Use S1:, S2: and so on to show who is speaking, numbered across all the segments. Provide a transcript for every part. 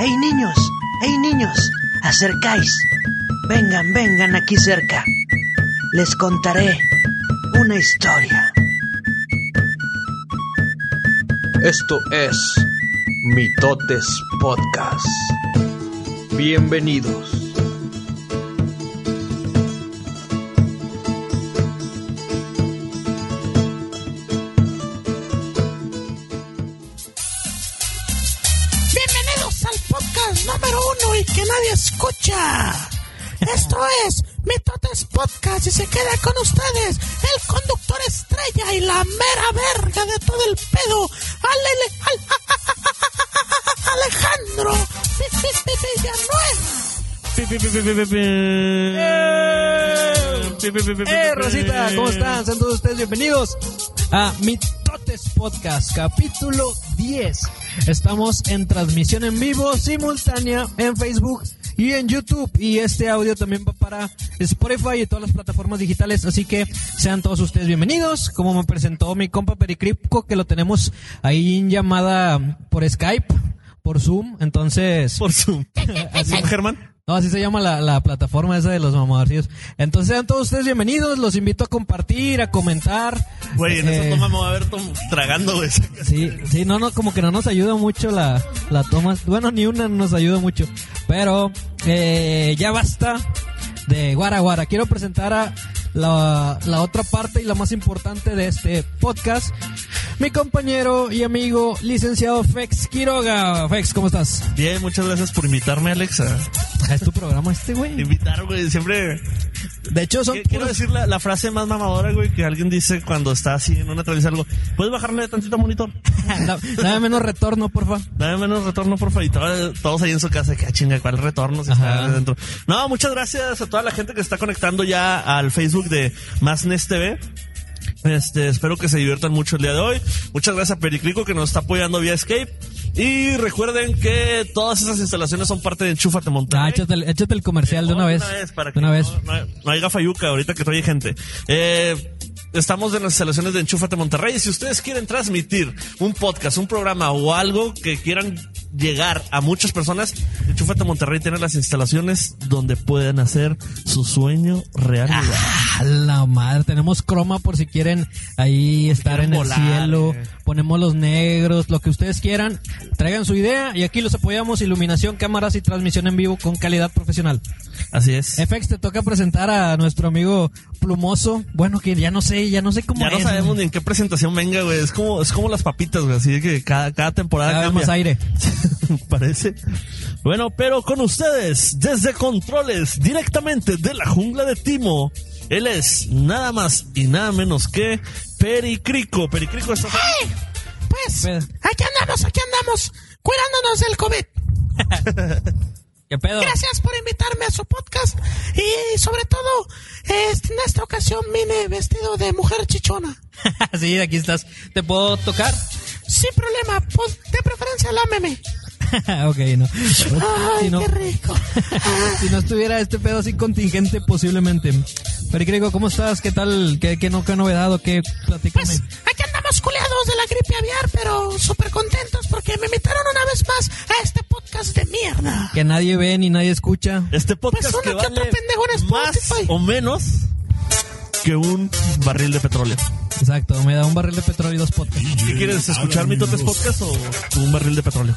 S1: ¡Ey niños! ¡Ey niños! ¡Acercáis! Vengan, vengan aquí cerca. Les contaré una historia.
S2: Esto es Mitotes Podcast. Bienvenidos.
S3: Bienvenidos al podcast número uno y que nadie escucha. Esto es Mitotes Podcast y se queda con ustedes el conductor estrella y la mera verga de todo el pedo, Alele- Al- a- a- a- Alejandro Pi- Pi- Pi- Villanueva.
S4: ¡Eh, Rosita! ¿Cómo están? Sean todos ustedes bienvenidos a Mitotes Podcast, capítulo 10. Estamos en transmisión en vivo, simultánea, en Facebook y en YouTube. Y este audio también va para Spotify y todas las plataformas digitales. Así que sean todos ustedes bienvenidos. Como me presentó mi compa Pericripco, que lo tenemos ahí en llamada por Skype, por Zoom. Entonces...
S5: por Zoom.
S4: así-
S5: Germán?
S4: no, así se llama la, la plataforma esa de los mamadorcillos. Entonces sean todos ustedes bienvenidos, los invito a compartir, a comentar.
S5: Güey, en
S4: Eh,
S5: esa toma me voy a ver tom- tragando, güey.
S4: Sí, sí, no, no, como que no nos ayuda mucho la, la toma. Bueno, ni una nos ayuda mucho. Pero eh, ya basta de Guaraguara. Quiero presentar a la, la otra parte y la más importante de este podcast. Mi compañero y amigo, licenciado Fex Quiroga. Fex, ¿cómo estás?
S5: Bien, muchas gracias por invitarme, Alexa.
S4: ¿Es tu programa este, güey?
S5: Invitar, güey, siempre...
S4: De hecho, son
S5: Qu- Quiero decir la, la frase más mamadora, güey, que alguien dice cuando está así en una travesía algo. ¿Puedes bajarle tantito al monitor?
S4: Da- Dame menos retorno, porfa.
S5: Dame menos retorno, por favor. Y todo- todos ahí en su casa, que "Ah, chinga, ¿cuál retorno? Si está
S4: Ajá.
S5: adentro". No, muchas gracias a toda la gente que está conectando ya al Facebook de Más Nes TV. Este, espero que se diviertan mucho el día de hoy. Muchas gracias a Periclico que nos está apoyando vía Escape. Y recuerden que todas esas instalaciones son parte de Enchúfate
S4: Ah,
S5: Montaña.
S4: échate, el, échate el comercial de
S5: Oh,
S4: una vez.
S5: para
S4: de
S5: que
S4: una vez.
S5: No, no, no haya fayuca ahorita que trae gente. Eh, Estamos en las instalaciones de Enchúfate Monterrey. Y Si ustedes quieren transmitir un podcast, un programa o algo que quieran llegar a muchas personas, Enchúfate Monterrey tiene las instalaciones donde pueden hacer su sueño realidad.
S4: A Ah, la madre, tenemos croma por si quieren ahí estar en
S5: quieren
S4: el
S5: volar,
S4: cielo.
S5: eh.
S4: Ponemos los negros, lo que ustedes quieran. Traigan su idea y aquí los apoyamos. Iluminación, cámaras y transmisión en vivo con calidad profesional.
S5: Así es.
S4: FX, te toca presentar a nuestro amigo Plumoso. Bueno, que ya no sé, ya no sé cómo
S5: Ya no
S4: es,
S5: sabemos
S4: güey.
S5: ni en qué presentación venga, güey. Es como, es como las papitas, güey. Así que cada, cada temporada
S4: Cada vez
S5: cambia.
S4: más aire.
S5: Parece. Bueno, pero con ustedes, desde Controles, directamente de la jungla de Timo, él es nada más y nada menos que Pericrico. Pericrico está.
S3: ¡Ey! Pues,
S4: Pedo.
S3: aquí andamos, aquí andamos, cuidándonos del COVID.
S4: ¿Qué pedo?
S3: Gracias por invitarme a su podcast y sobre todo este, en esta ocasión vine vestido de mujer chichona.
S4: sí, aquí estás. ¿Te puedo tocar?
S3: Sin problema, pues, de preferencia lámeme.
S4: ok, no.
S3: Ay,
S4: Si Pues, no-
S3: qué rico.
S4: si no estuviera este pedo así contingente posiblemente. Pericrego, ¿cómo estás? ¿Qué tal? ¿Qué, qué, no, qué novedad o qué? Platícame.
S3: Pues aquí andamos culeados de la gripe aviar, pero súper contentos porque me invitaron una vez más a este podcast de mierda.
S4: que nadie ve ni nadie escucha.
S5: Este podcast
S3: Pues uno
S5: que
S3: que otro
S5: vale
S3: pendejo en
S5: más
S3: Spotify.
S5: o menos que un barril de petróleo.
S4: Exacto, me da un barril de petróleo y dos potes.
S5: ¿Qué quieres escuchar, Mitotes Podcast o un barril de petróleo?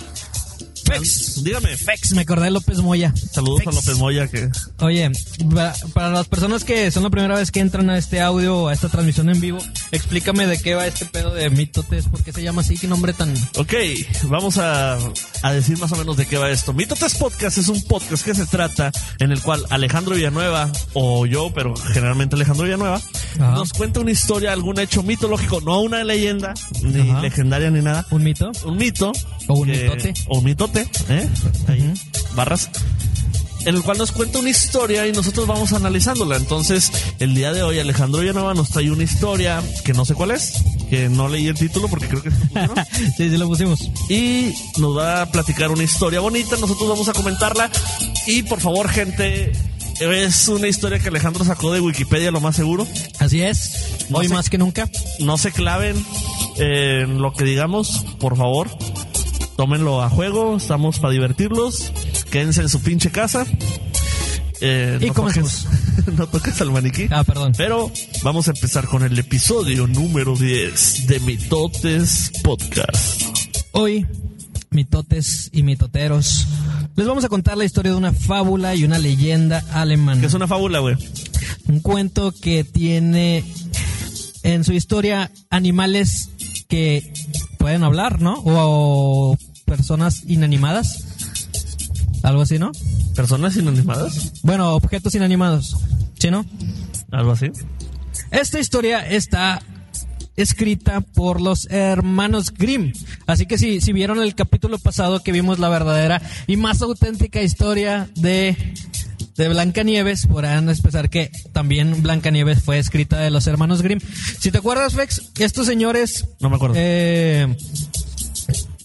S5: Fex, dígame, Fex.
S4: Me acordé de López Moya.
S5: Saludos a López Moya que
S4: Oye, para, para las personas que son la primera vez que entran a este audio, a esta transmisión en vivo, explícame de qué va este pedo de mitotes, por qué se llama así, qué nombre tan...
S5: Ok, vamos a, a decir más o menos de qué va esto. Mitotes Podcast es un podcast que se trata en el cual Alejandro Villanueva, o yo, pero generalmente Alejandro Villanueva,
S4: Ajá.
S5: nos cuenta una historia, algún hecho mitológico, no una leyenda, ni
S4: Ajá.
S5: legendaria ni nada.
S4: ¿Un mito?
S5: Un mito.
S4: O un mitote.
S5: O un mitote, ¿eh? Ahí,
S4: Ujú.
S5: barras. En el cual nos cuenta una historia y nosotros vamos analizándola. Entonces, el día de hoy Alejandro Villanueva nos trae una historia que no sé cuál es, que no leí el título porque creo que...
S4: sí, sí lo pusimos.
S5: y nos va a platicar una historia bonita. Nosotros vamos a comentarla. Y por favor, gente, es una historia que Alejandro sacó de Wikipedia, lo más seguro.
S4: Así es,
S5: No
S4: hoy
S5: sé-
S4: más que nunca.
S5: No se claven en lo que digamos, por favor. Tómenlo a juego, estamos para divertirlos. Quédense en su pinche casa. Eh,
S4: Y
S5: no
S4: comencemos.
S5: toques- no toques al maniquí.
S4: Ah, perdón.
S5: Pero vamos a empezar con el episodio número 10 de Mitotes Podcast.
S4: Hoy, mitotes y mitoteros, les vamos a contar la historia de una fábula y una leyenda alemana.
S5: Que es una fábula, güey.
S4: un cuento que tiene en su historia animales que pueden hablar, ¿no? O personas inanimadas. Algo así, ¿no?
S5: Personas inanimadas,
S4: Bueno, objetos inanimados. ¿Sí, no?
S5: algo así.
S4: Esta historia está escrita por los hermanos Grimm. Así que si, si vieron el capítulo pasado que vimos la verdadera y más auténtica historia de, de Blancanieves, podrán expresar que también Blancanieves fue escrita de los hermanos Grimm. Si te acuerdas, Rex, estos señores...
S5: No me acuerdo.
S4: eh,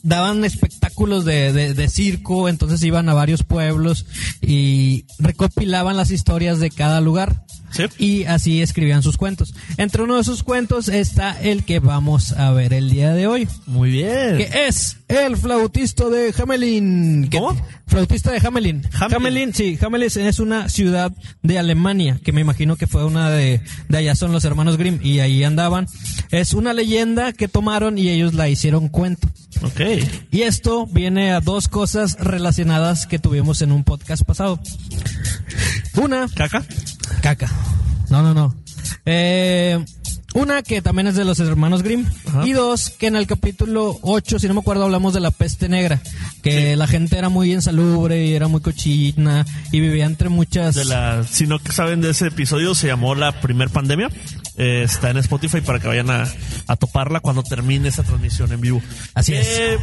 S4: daban espectáculos de, de- de circo, entonces iban a varios pueblos y recopilaban las historias de cada lugar.
S5: Sí.
S4: Y así escribían sus cuentos. Entre uno de sus cuentos está el que vamos a ver el día de hoy.
S5: Muy bien.
S4: Que es el flautista de Hamelin. Que-
S5: ¿Cómo?
S4: Flautista de Hamelin.
S5: Hamelin.
S4: Hamelin, sí. Hamelin es una ciudad de Alemania, que me imagino que fue una de, de allá son los hermanos Grimm y ahí andaban. Es una leyenda que tomaron y ellos la hicieron cuento.
S5: Ok.
S4: Y esto viene a dos cosas relacionadas que tuvimos en un podcast pasado. Una,
S5: Caca.
S4: caca. No, no, no. Eh, una que también es de los hermanos Grimm.
S5: Ajá.
S4: Y dos, que en el capítulo 8, si no me acuerdo, hablamos de la peste negra. Que la gente era muy insalubre y era muy cochina y vivía entre muchas...
S5: De la, si no saben de ese episodio, se llamó La Primer Pandemia. Eh, está en Spotify para que vayan a, a toparla cuando termine esa transmisión en vivo.
S4: Así Ah,
S5: Eh,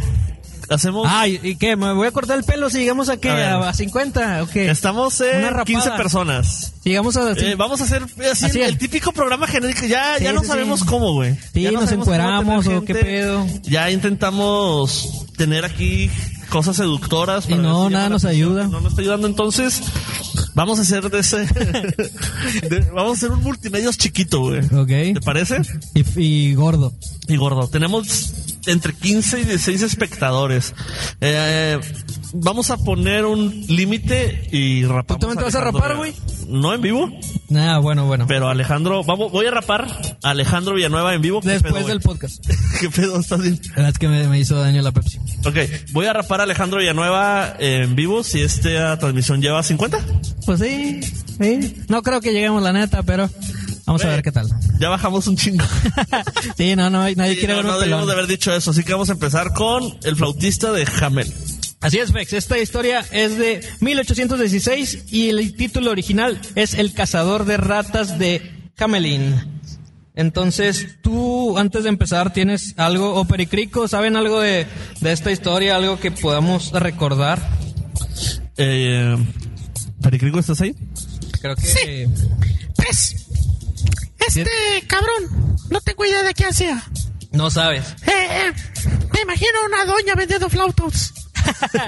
S5: Hacemos.
S4: Ay, ¿y qué? ¿Me voy a cortar el pelo si llegamos a qué?
S5: A ver.
S4: ¿A, a 50? ¿O qué?
S5: Estamos
S4: Una
S5: en
S4: rapada.
S5: 15 personas.
S4: Si llegamos a...
S5: Eh, vamos a hacer así,
S4: Así es.
S5: el típico programa genérico. Ya,
S4: Sí,
S5: ya no
S4: sí, sí.
S5: sabemos cómo, güey.
S4: Sí,
S5: Ya no
S4: nos
S5: sabemos cómo
S4: encueramos
S5: tener
S4: o qué
S5: gente.
S4: pedo.
S5: Ya intentamos tener aquí cosas seductoras. para
S4: Y no,
S5: ver si
S4: nada
S5: llama la
S4: nos
S5: atención.
S4: ayuda.
S5: No nos está ayudando. Entonces, vamos a hacer de ese. de- vamos a hacer un multimedios chiquito, güey.
S4: Ok.
S5: ¿Te parece?
S4: Y, y gordo.
S5: Y gordo, tenemos entre 15 y 16 espectadores. Eh, vamos a poner un límite y rapar.
S4: también te vas a rapar, güey?
S5: No en vivo,
S4: Nada, Ah, bueno, bueno.
S5: pero Alejandro, vamos, voy a rapar a Alejandro Villanueva en vivo. ¿Qué
S4: Después
S5: pedo, güey?
S4: del podcast.
S5: ¿Qué pedo? ¿Estás bien?
S4: La verdad es que me, me hizo daño la Pepsi.
S5: Ok, voy a rapar a Alejandro Villanueva en vivo si esta transmisión lleva 50.
S4: Pues sí, sí. No creo que lleguemos, la neta, pero vamos a
S5: Eh.
S4: ver qué tal.
S5: Ya bajamos un chingo.
S4: sí, no, no, nadie quiere
S5: no,
S4: ver un
S5: no
S4: pelón.
S5: debimos de haber dicho eso, así que vamos a empezar con el flautista de Hamel.
S4: Así es, Vex. Esta historia es de 1816 y el título original es El cazador de ratas de Hamelin. Entonces, tú, antes de empezar, ¿tienes algo, o Pericrico, saben algo de, de esta historia, algo que podamos recordar?
S5: Eh, Pericrico, ¿estás ahí?
S4: Creo que...
S3: Sí. Pues, este cabrón, no tengo idea de qué hacía.
S4: No sabes.
S3: Eh, eh, me imagino una doña vendiendo flautas.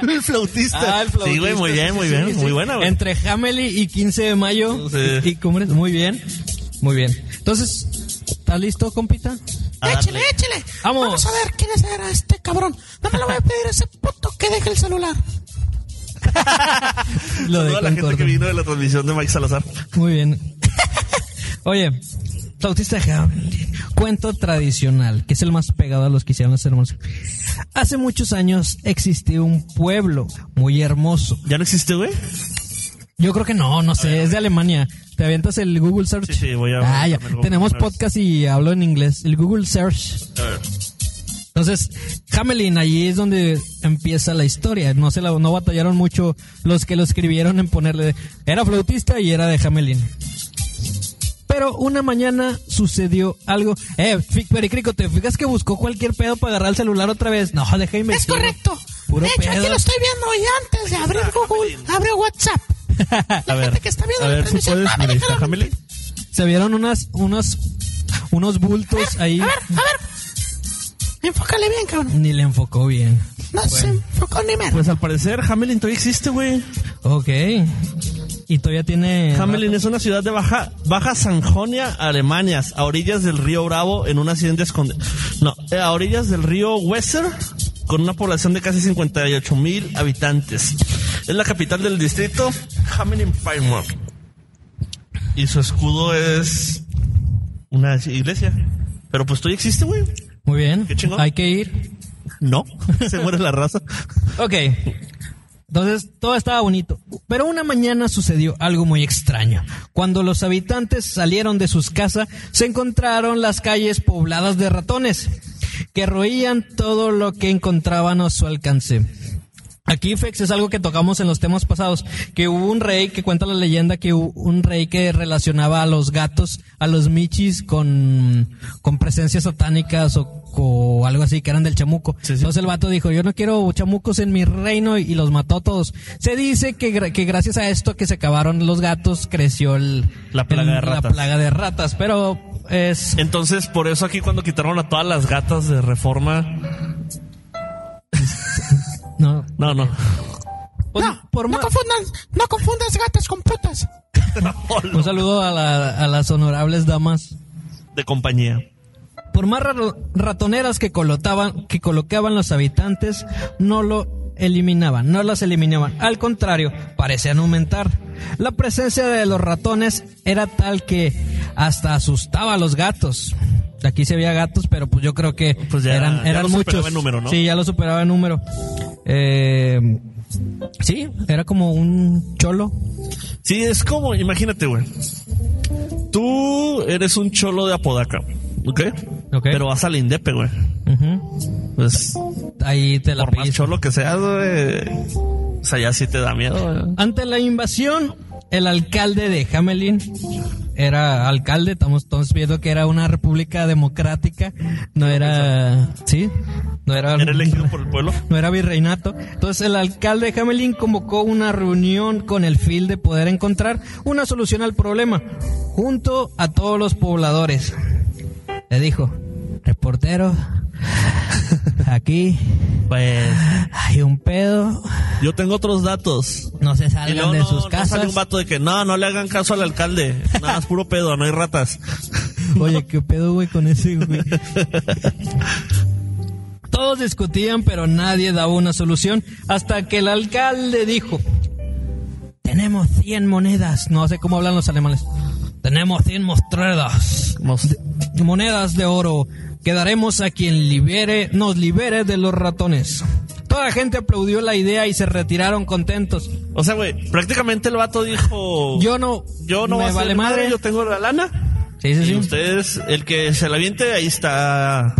S5: el flautista.
S4: Ah, el flautista,
S5: Sí, güey, muy bien,
S4: sí,
S5: muy
S4: sí,
S5: bien.
S4: sí,
S5: Muy
S4: sí.
S5: buena, güey.
S4: Entre Hameli y 15 de mayo.
S5: Sí.
S4: Y cómo eres? muy bien. Muy bien. Entonces, ¿estás listo, compita?
S5: A darle.
S3: Échele, échele.
S4: Vamos.
S3: Vamos a ver quién es era este cabrón. No me lo voy a pedir a ese puto que deje el celular.
S4: Lo de
S5: Toda la gente que
S4: Concordia.
S5: vino de la transmisión de Mike Salazar.
S4: Muy bien. Oye, flautista de Hamelin, cuento tradicional, que es el más pegado a los que hicieron los hermanos. Hace muchos años existió un pueblo muy hermoso.
S5: ¿Ya no existe, güey?
S4: Yo creo que no, no sé, es de Alemania. ¿Te avientas el Google Search?
S5: Sí, sí, voy a-
S4: Ah, ya.
S5: voy a poner el
S4: Tenemos
S5: Google Search.
S4: podcast y hablo en inglés. El Google Search.
S5: A ver.
S4: Entonces, Hamelin, allí es donde empieza la historia. No se la, no batallaron mucho los que lo escribieron en ponerle. Era flautista y era de Hamelin. Pero una mañana sucedió algo. Eh, fi- Pericrico, ¿te fijas que buscó cualquier pedo para agarrar el celular otra vez? No, deja de
S3: Es
S4: investigar.
S3: correcto.
S4: Puro
S3: de hecho,
S4: pedo.
S3: aquí lo estoy viendo y antes de abrir Google, abrió WhatsApp. La
S5: A ver,
S3: gente que está viendo
S5: a
S3: la
S5: ver si
S3: transmisión, Ah,
S5: puedes.
S3: no me
S5: Mira, ahí está
S3: dejaron.
S5: Hamelin.
S4: Se vieron unas, unos, unos bultos ahí.
S3: A ver, a ver. Enfócale bien, cabrón.
S4: Ni le enfocó bien.
S3: No se enfocó ni menos.
S5: Pues al parecer, Hamelin todavía existe, güey.
S4: Ok. Y todavía tiene.
S5: Hamelin es una ciudad de Baja, Baja Sanjonia, Alemania, a orillas del río Bravo, en un accidente escondido. No, eh, a orillas del río Weser, con una población de casi 58 mil habitantes. Es la capital del distrito Hammond in Piedmont. Y su escudo es una iglesia. Pero pues todavía existe, güey.
S4: Muy bien.
S5: Qué chingón.
S4: Hay que ir.
S5: No, se muere la raza.
S4: Ok. Entonces todo estaba bonito. Pero una mañana sucedió algo muy extraño. Cuando los habitantes salieron de sus casas, se encontraron las calles pobladas de ratones que roían todo lo que encontraban a su alcance. Aquí, Fex, es algo que tocamos en los temas pasados, que hubo un rey que cuenta la leyenda que hubo un rey que relacionaba a los gatos, a los michis, con, con presencias satánicas o, o algo así, que eran del chamuco.
S5: Sí, sí.
S4: Entonces el vato dijo, yo no quiero chamucos en mi reino y, y los mató a todos. Se dice que, gra- que gracias a esto que se acabaron los gatos, creció el-
S5: La plaga de
S4: el- la
S5: ratas.
S4: plaga de ratas, pero es...
S5: Entonces, por eso aquí cuando quitaron a todas las gatas de reforma.
S4: No,
S5: No, no.
S4: Pues,
S3: no,
S4: por
S3: no
S4: ma-
S3: confundas, no confundas gatas con putas.
S4: Un saludo a, la- a las honorables damas.
S5: De compañía.
S4: Por más raro- ratoneras que colotaban, que colocaban los habitantes, no lo eliminaban, no las eliminaban. Al contrario, parecían aumentar. La presencia de los ratones era tal que hasta asustaba a los gatos. Aquí se veía gatos, pero pues yo creo que
S5: Pues ya-
S4: eran,
S5: ya
S4: eran
S5: lo superaba
S4: muchos.
S5: en número, ¿no?
S4: Sí, ya lo superaba en número. Eh, sí, era como un cholo.
S5: Sí, es como, imagínate, güey. Tú eres un cholo de Apodaca, ¿ok?
S4: Ok.
S5: Pero vas al Indepe, güey.
S4: Ujú.
S5: Pues,
S4: Ahí te la
S5: por más
S4: pediste.
S5: cholo que seas, güey. O sea, ya sí te da miedo, güey.
S4: Ante la invasión, el alcalde de Hamelin era alcalde, estamos todos viendo que era una república democrática, no era, sí, no era,
S5: Era elegido por el pueblo.
S4: no era virreinato. Entonces el alcalde de Hamelin convocó una reunión con el fin de poder encontrar una solución al problema, junto a todos los pobladores. Le dijo, reportero, aquí
S5: Pues,
S4: hay un pedo,
S5: yo tengo otros datos.
S4: no se
S5: Y
S4: salgan
S5: luego
S4: de
S5: no,
S4: sus
S5: no
S4: casas.
S5: sale un vato de que no, no le hagan caso al alcalde. Nada, es puro pedo, no hay ratas.
S4: Oye, qué pedo, güey, con ese, güey. Todos discutían, pero nadie daba una solución. Hasta que el alcalde dijo: Tenemos 100 monedas. No sé cómo hablan los alemanes. Tenemos 100 mostredas. Monedas de oro. Quedaremos a quien libere, nos libere de los ratones. Toda la gente aplaudió la idea y se retiraron contentos.
S5: O sea, güey, prácticamente el vato dijo:
S4: Yo no.
S5: yo no voy a
S4: me
S5: hacer
S4: vale
S5: nada,
S4: madre.
S5: Yo tengo la lana.
S4: Sí, sí,
S5: Y
S4: sí.
S5: ustedes, el que se la aviente, ahí está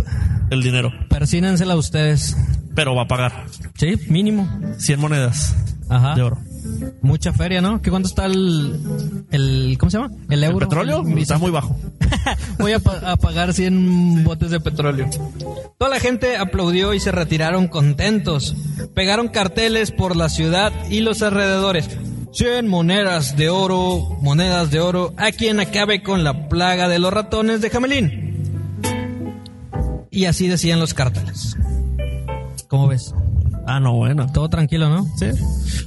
S5: el dinero.
S4: Persínensela ustedes.
S5: Pero va a pagar
S4: Sí, mínimo.
S5: 100 monedas
S4: Ajá.
S5: de oro.
S4: Mucha feria, ¿no? ¿Qué cuánto está el, el ¿cómo se llama? El
S5: ¿El
S4: euro.
S5: petróleo?
S4: El-
S5: Está muy bajo.
S4: Voy a, pa- a pagar 100 botes de petróleo. Toda la gente aplaudió y se retiraron contentos. Pegaron carteles por la ciudad y los alrededores. 100 monedas de oro, monedas de oro, a quien acabe con la plaga de los ratones de Jamelín. Y así decían los carteles. ¿Cómo ves?
S5: Ah, no, bueno.
S4: Todo tranquilo, ¿no?
S5: Sí.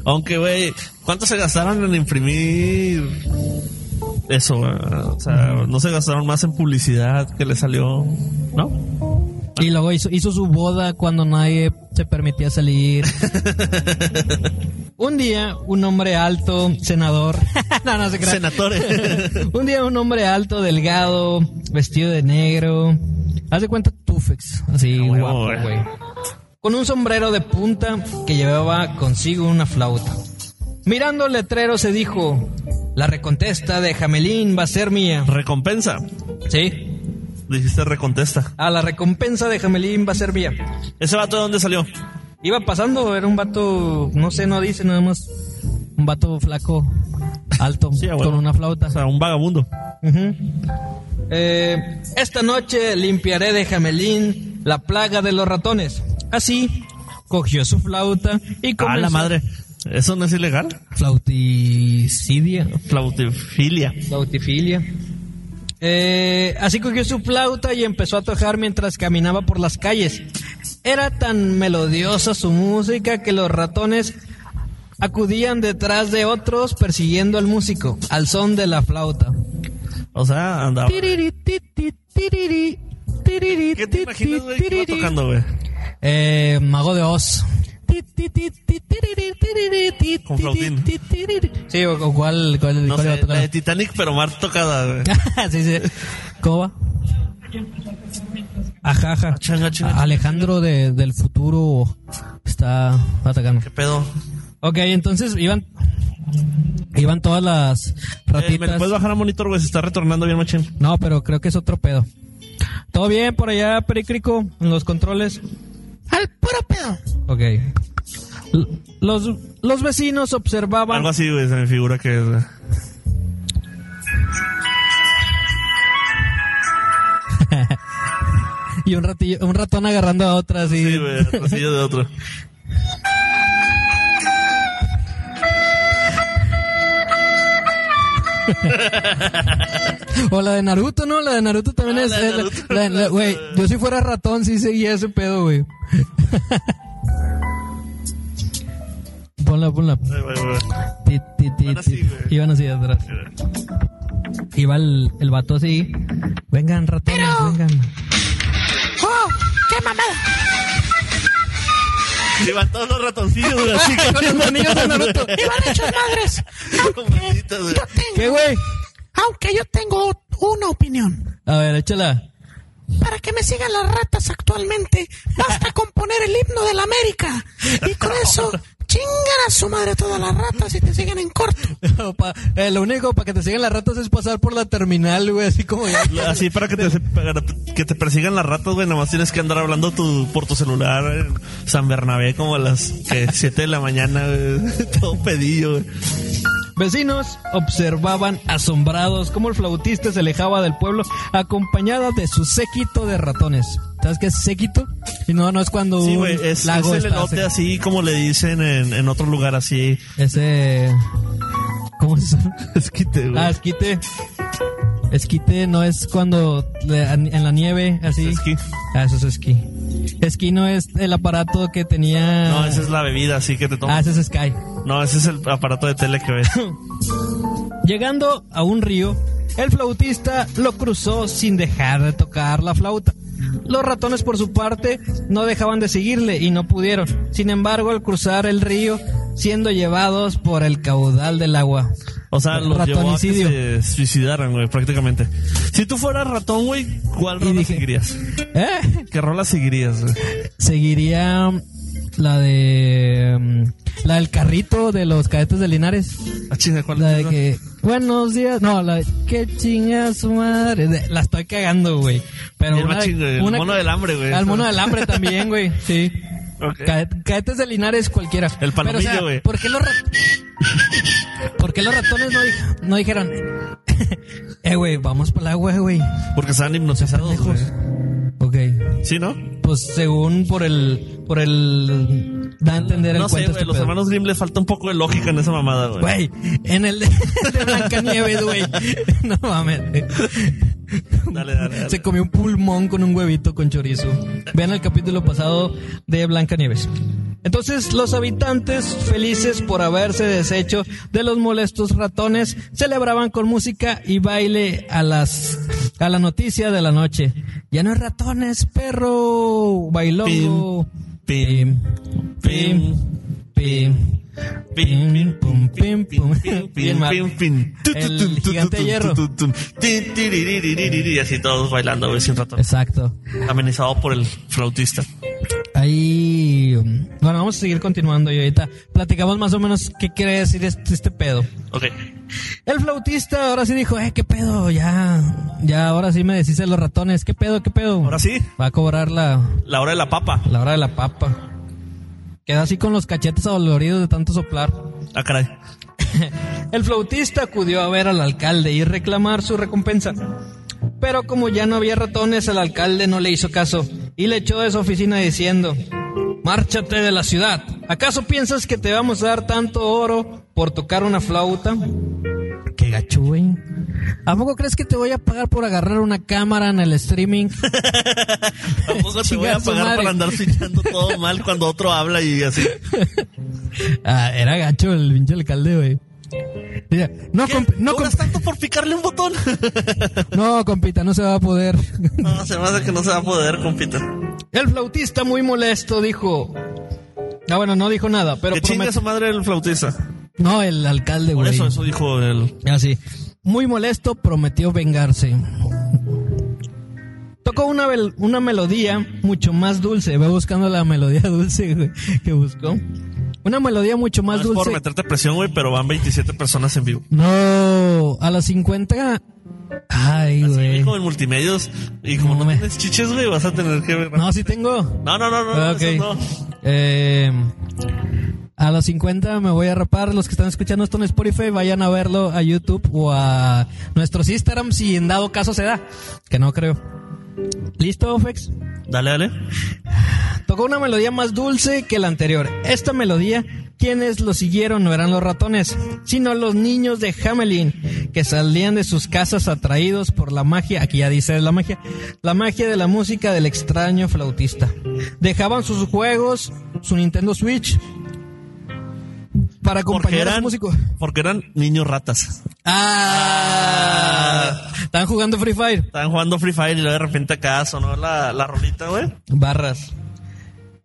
S5: Aunque, güey, ¿cuánto se gastaron en imprimir eso? güey? O sea, no se gastaron más en publicidad que le salió, ¿no?
S4: Y luego hizo, hizo su boda cuando nadie se permitía salir. un día, un hombre alto, senador. no, no se crea.
S5: Senatores.
S4: un día, un hombre alto, delgado, vestido de negro. Haz de cuenta Tufex. Así,
S5: Ah, huevo,
S4: guapo,
S5: güey.
S4: güey. Con un sombrero de punta que llevaba consigo una flauta. Mirando el letrero se dijo, la recontesta de Jamelín va a ser mía.
S5: Recompensa.
S4: Sí.
S5: Dijiste recontesta.
S4: A la recompensa de Jamelín va a ser mía.
S5: ¿Ese vato de dónde salió?
S4: Iba pasando, era un vato, no sé, no dice nada más. Un vato flaco, alto,
S5: Sí, ah, bueno.
S4: con una flauta.
S5: O sea, un vagabundo.
S4: Ujú. Eh, esta noche limpiaré de Jamelín la plaga de los ratones. Así, cogió su flauta y comenzó...
S5: Ah, la madre. ¿Eso no es ilegal?
S4: Flauticidia.
S5: Flautifilia.
S4: Flautifilia. Eh, así cogió su flauta y empezó a tocar mientras caminaba por las calles. Era tan melodiosa su música que los ratones acudían detrás de otros persiguiendo al músico, al son de la flauta.
S5: O sea, andaba.
S4: Tiriri, ti, ti, tiriri, tiriri,
S5: ¿Qué te
S4: ti,
S5: imaginas,
S4: ti,
S5: güey, que iba
S4: tiriri.
S5: tocando, güey?
S4: Eh, Mago de Oz.
S5: Con flautín.
S4: Sí, o o cuál, cuál, cuál
S5: No
S4: iba a
S5: sé, la de
S4: tocar.
S5: Titanic, pero más tocada, güey.
S4: sí, sí. ¿Cómo va? Ajá, ajá.
S5: Chinga, chinga,
S4: Alejandro de- del futuro está atacando.
S5: ¿Qué pedo?
S4: Ok, entonces iban iban todas las
S5: Eh, ¿Me le
S4: ratitas.
S5: puedes bajar a monitor, güey? Se está retornando bien, machín.
S4: No, pero creo que es otro pedo. ¿Todo bien por allá, Pericrico? En los controles.
S3: Al puro pedo.
S4: Ok. L- Los, los vecinos observaban
S5: Algo así, güey, se me figura que es, güey.
S4: y un, ratillo, un ratón agarrando a otra así.
S5: Sí, güey, pasillo de otro.
S4: O la de Naruto, ¿no? La de Naruto también
S5: Ah,
S4: es.
S5: la de
S4: es la-
S5: Naruto.
S4: la de- la- Güey, yo si fuera ratón sí seguía ese pedo, güey. ponla, ponla.
S5: Ay, güey, güey.
S4: Ti, ti, ti,
S5: Iban así,
S4: ti.
S5: güey.
S4: Iban así de atrás. Iba el, el vato así. Vengan, ratones,
S3: Pero-
S4: vengan.
S3: ¡Oh! ¡Qué mamada!
S5: Sí, van todos los ratoncillos, güey, así
S4: Con los anillos de
S5: güey.
S4: Naruto.
S3: Y van hechos madres.
S5: Como manitas, güey.
S3: Yo tengo,
S4: ¿Qué, güey?
S3: aunque yo tengo una opinión.
S4: A ver, échala.
S3: Para que me sigan las ratas actualmente, basta con poner el himno de la América. Y con eso, chingan a su madre todas las ratas y te siguen en corto.
S4: Pa- eh, lo único para que te sigan las ratas es pasar por la terminal, güey, así como ya.
S5: Así para que te, para que te persigan las ratas, güey. Nomás tienes que andar hablando tu, por tu celular en San Bernabé como a las 7 de la mañana, güey. Todo pedillo, güey.
S4: Vecinos observaban asombrados cómo el flautista se alejaba del pueblo acompañada de su séquito de ratones. ¿Sabes qué es séquito? Y no, no es cuando
S5: Sí,
S4: un
S5: güey, es,
S4: lago
S5: es el
S4: está
S5: elote
S4: seco.
S5: así como le dicen en, en otro lugar así.
S4: Ese... ¿Cómo se llama?
S5: Esquite, güey.
S4: Ah, esquite. Esquite no es cuando le- en la nieve, así.
S5: Es esquí.
S4: Ah, eso es esquí. Esquí no es el aparato que tenía...
S5: No, esa es la bebida así que te
S4: Ah,
S5: tomas.
S4: ese es Sky.
S5: No, ese es el aparato de tele que ves.
S4: Llegando a un río, el flautista lo cruzó sin dejar de tocar la flauta. Los ratones por su parte no dejaban de seguirle y no pudieron. Sin embargo, al cruzar el río, siendo llevados por el caudal del agua.
S5: O sea, los llevó a que
S4: Ratonicidio.
S5: se suicidaran, güey, prácticamente. Si tú fueras ratón, güey, ¿cuál
S4: Y
S5: rola
S4: dije-
S5: seguirías?
S4: ¿Eh?
S5: ¿Qué rola seguirías, güey?
S4: Seguiría mm, la de mm, la del carrito de los cadetes de Linares.
S5: Ah, chinga, ¿cuál
S4: La de
S5: es esa?
S4: que, buenos días. No, la de que chinga su madre. De- La estoy cagando, güey. Pero
S5: El
S4: una,
S5: machín, güey, el
S4: una-
S5: mono del hambre, güey.
S4: Al mono del hambre también, güey. Sí.
S5: Ok.
S4: Cadet- Cadetes de Linares cualquiera.
S5: El palomillo,
S4: Pero, o sea,
S5: güey.
S4: ¿Por qué los rat- ¿Por qué los ratones no, di- no dijeron? eh, güey, vamos para el agua, güey.
S5: Porque estaban hipnotizados,
S4: Pendejos.
S5: güey.
S4: Ok.
S5: ¿Sí, no?
S4: Pues según por el. Por el. Da a entender el
S5: No sé,
S4: cuento.
S5: güey,
S4: este
S5: los
S4: pedo.
S5: hermanos Grimm les falta un poco de lógica en esa mamada, güey.
S4: Güey, en el de, el de Blancanieves, güey. No mames.
S5: Dale, dale, dale.
S4: Se comió un pulmón con un huevito con chorizo. Vean el capítulo pasado de Blancanieves. Entonces, los habitantes, felices por haberse deshecho de los molestos ratones, celebraban con música y baile a las a la noticia de la noche. Ya no hay ratones, perro, bailongo.
S5: Pim, pim,
S4: pim, Mm,
S5: Pim, pim, pum, pim, pim, pim,
S4: Bien
S5: pim,
S4: mal.
S5: pim, pim. Tu, tu,
S4: El
S5: tum, tu,
S4: gigante
S5: tu,
S4: de hierro.
S5: tu, tu, tum. Tin, tiririririri, Y así todos bailando, güey, sin ratón.
S4: Exacto.
S5: Amenizado por el flautista.
S4: Ahí. mm, Bueno, vamos a seguir continuando y ahorita platicamos más o menos qué quiere decir este, este pedo.
S5: Ok.
S4: El flautista ahora sí dijo, eh, qué pedo, ya. Ya, ahora sí me decís los ratones, qué pedo, qué pedo.
S5: Ahora sí,
S4: Va a cobrar la,
S5: la hora de la papa.
S4: la hora de la papa. Queda así con los cachetes adoloridos de tanto soplar.
S5: Ah, caray.
S4: El flautista acudió a ver al alcalde y reclamar su recompensa. Pero como ya no había ratones, el alcalde no le hizo caso y le echó de su oficina diciendo, Márchate de la ciudad. ¿Acaso piensas que te vamos a dar tanto oro por tocar una flauta? Qué gacho, güey. ¿A poco crees que te voy a pagar por agarrar una cámara en el streaming?
S5: Tampoco te voy
S4: Chinga
S5: a
S4: su
S5: pagar
S4: madre.
S5: para andar switchando todo mal cuando otro habla y así.
S4: Ah, era gacho el pinche alcalde, güey. Mira, No,
S5: ¿Qué?
S4: comp- no,
S5: ¿Cobras
S4: comp-
S5: tanto por picarle un botón?
S4: no, compita, no se va a poder.
S5: no, se me hace que no se va a poder, compita.
S4: El flautista muy molesto dijo. Ah, bueno, no dijo nada, pero
S5: que chingue a
S4: prometió.
S5: su madre el flautista.
S4: No, el alcalde,
S5: Por
S4: güey.
S5: eso, eso dijo el.
S4: Así. Muy molesto, prometió vengarse. Tocó una, bel- una melodía mucho más dulce. Va buscando la melodía dulce güey, que buscó. Una melodía mucho
S5: No
S4: más
S5: es por
S4: dulce.
S5: meterte presión, güey, pero van 27 personas en vivo.
S4: No, a las 50. Ay,
S5: Y
S4: güey.
S5: como en multimedios. Y como
S4: No
S5: no,
S4: me-
S5: tienes chiches, güey, vas a tener que ver.
S4: No, sí tengo.
S5: no, no, no. no,
S4: Ah,
S5: no,
S4: ok.
S5: eso no.
S4: Eh, a los 50 me voy a rapar. Los que están escuchando esto en Spotify, vayan a verlo a YouTube o a nuestros Instagram si en dado caso se da. Que no creo. ¿Listo, Fex?
S5: Dale, dale.
S4: Tocó una melodía más dulce que la anterior. Esta melodía, quienes lo siguieron no eran los ratones, sino los niños de Hamelin, que salían de sus casas atraídos por la magia, aquí ya dice la magia, la magia de la música del extraño flautista. Dejaban sus juegos, su Nintendo Switch, para
S5: Porque
S4: acompañar a su
S5: eran,
S4: músico.
S5: porque eran niños ratas.
S4: Ah, están jugando Free Fire.
S5: Estaban jugando Free Fire y luego de repente acá sonó la, la rolita, güey.
S4: Barras.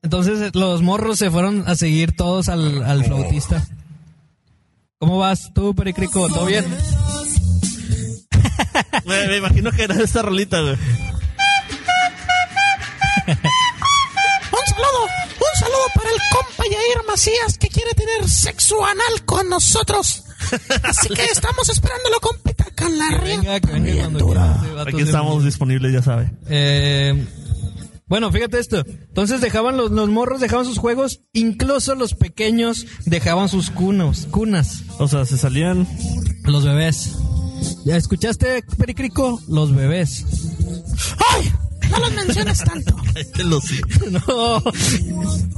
S4: Entonces eh, los morros se fueron a seguir todos al, al flautista. ¿Cómo vas tú, Pericrico? ¿Todo bien?
S5: Güey, Me imagino que era esta rolita, güey.
S3: Un saludo, un saludo para el compa Yair Macías que quiere tener sexo anal con nosotros. Así que estamos esperándolo, compita, con la
S4: Venga, que
S3: rienda
S4: venga
S3: bien
S4: cuando
S3: dura.
S4: quieras, eh, vatos
S5: Aquí
S4: de-
S5: estamos disponibles, ya sabe.
S4: Eh, bueno, fíjate esto. Entonces dejaban los, los morros, dejaban sus juegos, incluso los pequeños dejaban sus cunos, cunas,
S5: O sea, se salían.
S4: los bebés. ¿Ya escuchaste, Pericrico? Los bebés.
S3: ¡Ay! No los menciones tanto.
S5: Cállate los
S4: No,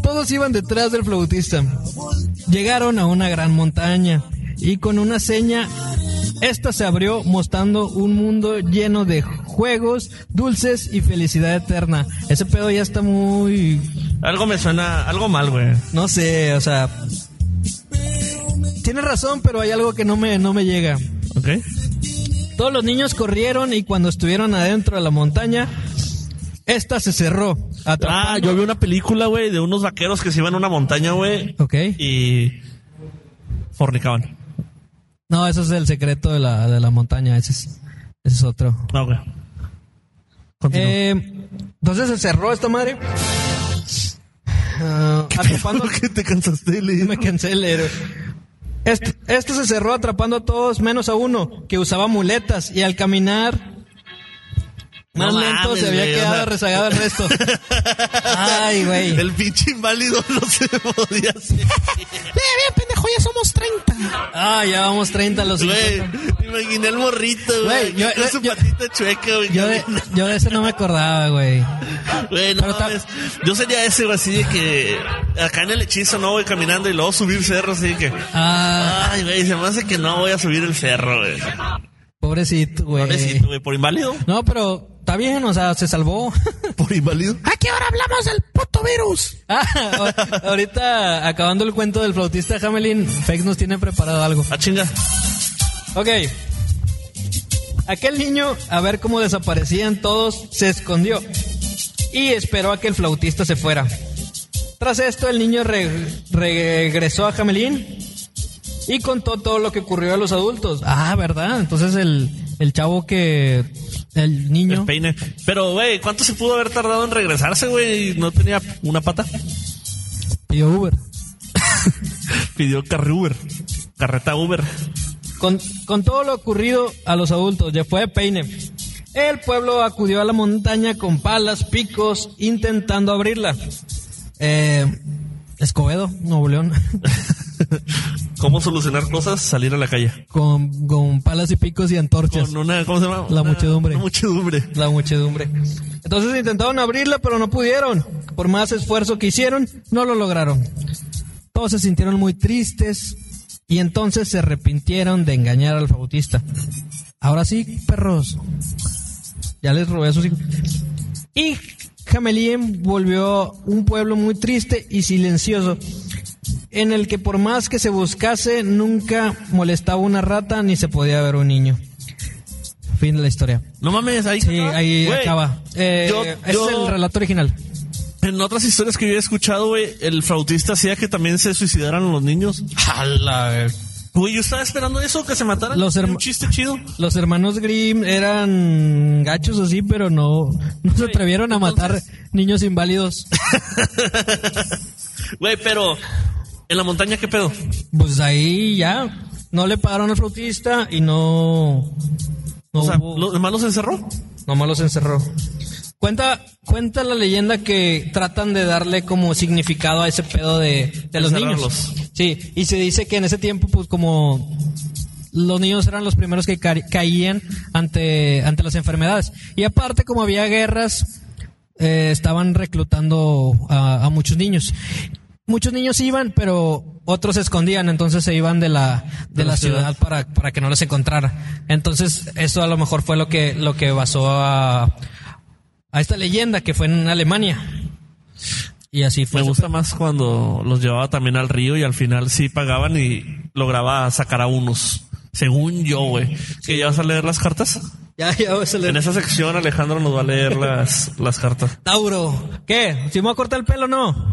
S4: todos iban detrás del flautista. Llegaron a una gran montaña y con una seña, esta se abrió mostrando un mundo lleno de juegos, dulces y felicidad eterna. Ese pedo ya está muy...
S5: Algo me suena, algo mal, güey.
S4: no sé, o sea... Tienes razón, pero hay algo que no me, no me llega.
S5: ¿Ok?
S4: Todos los niños corrieron y cuando estuvieron adentro de la montaña, esta se cerró.
S5: Ah, yo vi una película, güey, de unos vaqueros que se iban a una montaña, güey,
S4: Ok.
S5: y fornicaban.
S4: No, eso es el secreto de la, de la montaña, ese es, ese es otro.
S5: No, güey. Continúa.
S4: Eh, entonces se cerró esta madre. Ah, atrapando,
S5: ¿Por qué te cansaste de leer?
S4: me cancele. Este, este se cerró atrapando a todos menos a uno que usaba muletas y al caminar más
S5: No
S4: lento
S5: mames,
S4: se había
S5: güey, o
S4: quedado
S5: sea.
S4: rezagado el resto. Ay, güey.
S5: El pinche inválido no se podía hacer.
S3: Mira, bien, pendejo, ya somos 30.
S4: Ah, ya vamos 30 los
S5: Güey,
S4: 50.
S5: me imaginé el morrito,
S4: Güey,
S5: güey.
S4: yo-
S5: con su
S4: yo-
S5: patita chueca, güey.
S4: Yo de,
S5: caminando.
S4: yo de ese no me acordaba, güey.
S5: Güey, no
S4: pero ta-
S5: mames. Yo sería ese, güey, así de que acá en el hechizo, ¿no? Voy caminando y luego subir cerro, así de que.
S4: Ah,
S5: Ay, güey, se me hace que no voy a subir el cerro, güey.
S4: pobrecito, güey.
S5: Pobrecito, güey, por inválido.
S4: No, pero está bien, o sea, se salvó.
S5: Por inválido.
S3: Aquí ahora hablamos del puto virus.
S4: Ah, a- ahorita, acabando el cuento del flautista Hamelin, Fex nos tiene preparado algo.
S5: Ah, chinga.
S4: Ok. Aquel niño, a ver cómo desaparecían todos, se escondió y esperó a que el flautista se fuera. Tras esto, el niño re- regresó a Hamelin y contó todo lo que ocurrió a los adultos. Ah, ¿verdad? Entonces el, el chavo que... El niño...
S5: El peine. Pero, güey, ¿cuánto se pudo haber tardado en regresarse, güey? No tenía una pata.
S4: pidió Uber.
S5: Pidió carre Uber. Carreta Uber.
S4: Con, con todo lo ocurrido a los adultos, ya fue de peine. El pueblo acudió a la montaña con palas, picos, intentando abrirla. Eh, Escobedo, Nuevo León,
S5: ¿Cómo solucionar cosas? Salir a la calle.
S4: con, con palas y picos y antorchas.
S5: Con una, ¿cómo se llama?
S4: La
S5: Una-
S4: muchedumbre.
S5: Una muchedumbre.
S4: La muchedumbre. Entonces intentaron abrirla, pero no pudieron. Por más esfuerzo que hicieron, no lo lograron. Todos se sintieron muy tristes y entonces se arrepintieron de engañar al flautista. Ahora sí, perros. Ya les robé a sus hijos. Y Jamelien volvió un pueblo muy triste y silencioso, en el que por más que se buscase, nunca molestaba una rata ni se podía ver un niño. Fin de la historia.
S5: No mames, ahí
S4: Sí,
S5: acaba.
S4: ahí
S5: Güey,
S4: acaba. Eh,
S5: yo-
S4: ese
S5: yo-
S4: es el relato original.
S5: En otras historias que yo he escuchado, güey, el flautista hacía que también se suicidaran los niños.
S4: Jala,
S5: Güey, yo estaba esperando eso, que se mataran.
S4: Los
S5: Era
S4: herma-
S5: un chiste chido.
S4: Los hermanos Grimm eran gachos así, pero no, no se
S5: Güey,
S4: atrevieron a matar niños inválidos.
S5: Güey, pero en la montaña, ¿qué pedo?
S4: Pues ahí ya, no le pagaron al flautista y no... No
S5: O sea,
S4: hubo-
S5: ¿lo- ¿nomás los encerró?
S4: Nomás los encerró. Cuenta, cuenta la leyenda que tratan de darle como significado a ese pedo de, de los
S5: Encerrarlos.
S4: niños. Sí, y se dice que en ese tiempo, pues como los niños eran los primeros que ca- caían ante, ante las enfermedades. Y aparte, como había guerras, eh, estaban reclutando a, a muchos niños. Muchos niños iban, pero otros se escondían, entonces se iban de la, de la, ciudad, para, para que no los encontrara. Entonces, eso a lo mejor fue lo que, lo que basó a, a esta leyenda que fue en Alemania. Y así fue.
S5: Me gusta más cuando los llevaba también al río y al final sí pagaban y lograba sacar a unos. Según yo, güey. ¿Que ya vas a leer las cartas?
S4: Ya, ya se le-
S5: En esa sección Alejandro nos va a leer las, las cartas.
S4: Tauro, ¿qué? ¿Si me voy a cortar el pelo o no?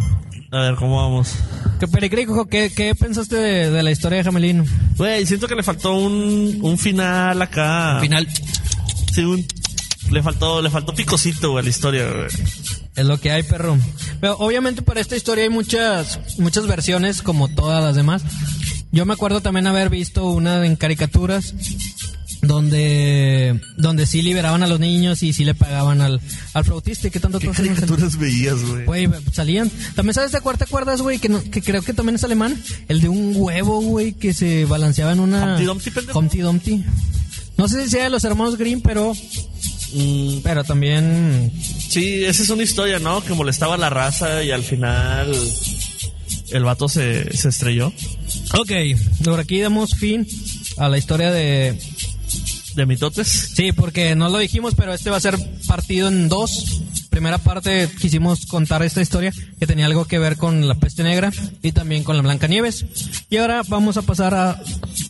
S5: A ver, ¿cómo vamos?
S4: ¿Qué pericrico? ¿Qué, qué pensaste de, de la historia de Jamelino?
S5: Güey, siento que le faltó un, un final acá.
S4: Final
S5: Sí, un- le faltó, le faltó picocito, güey, a la historia, güey.
S4: es lo que hay, perro. Pero obviamente para esta historia hay muchas, muchas versiones, como todas las demás. Yo me acuerdo también haber visto una en caricaturas donde, donde sí liberaban a los niños y sí le pagaban al, al flautista. ¿Y qué tanto cosas no se-
S5: veías, güey?
S4: Güey, salían. También sabes de cuál te acuerdas, güey, que, no- que creo que también es alemán. El de un huevo, güey, que se balanceaba en una.
S5: Humpty Dumpty, pendejo.
S4: Humpty Dumpty. No sé si sea de los hermanos Green, pero. Pero también.
S5: Mm, Sí, esa es una historia, ¿no? Que molestaba a la raza y al final el vato se, se estrelló.
S4: Ok, por aquí damos fin a la historia de.
S5: De mitotes.
S4: Sí, porque no lo dijimos, pero este va a ser partido en dos. Primera parte quisimos contar esta historia que tenía algo que ver con la peste negra y también con la Blanca Nieves. Y ahora vamos a pasar a.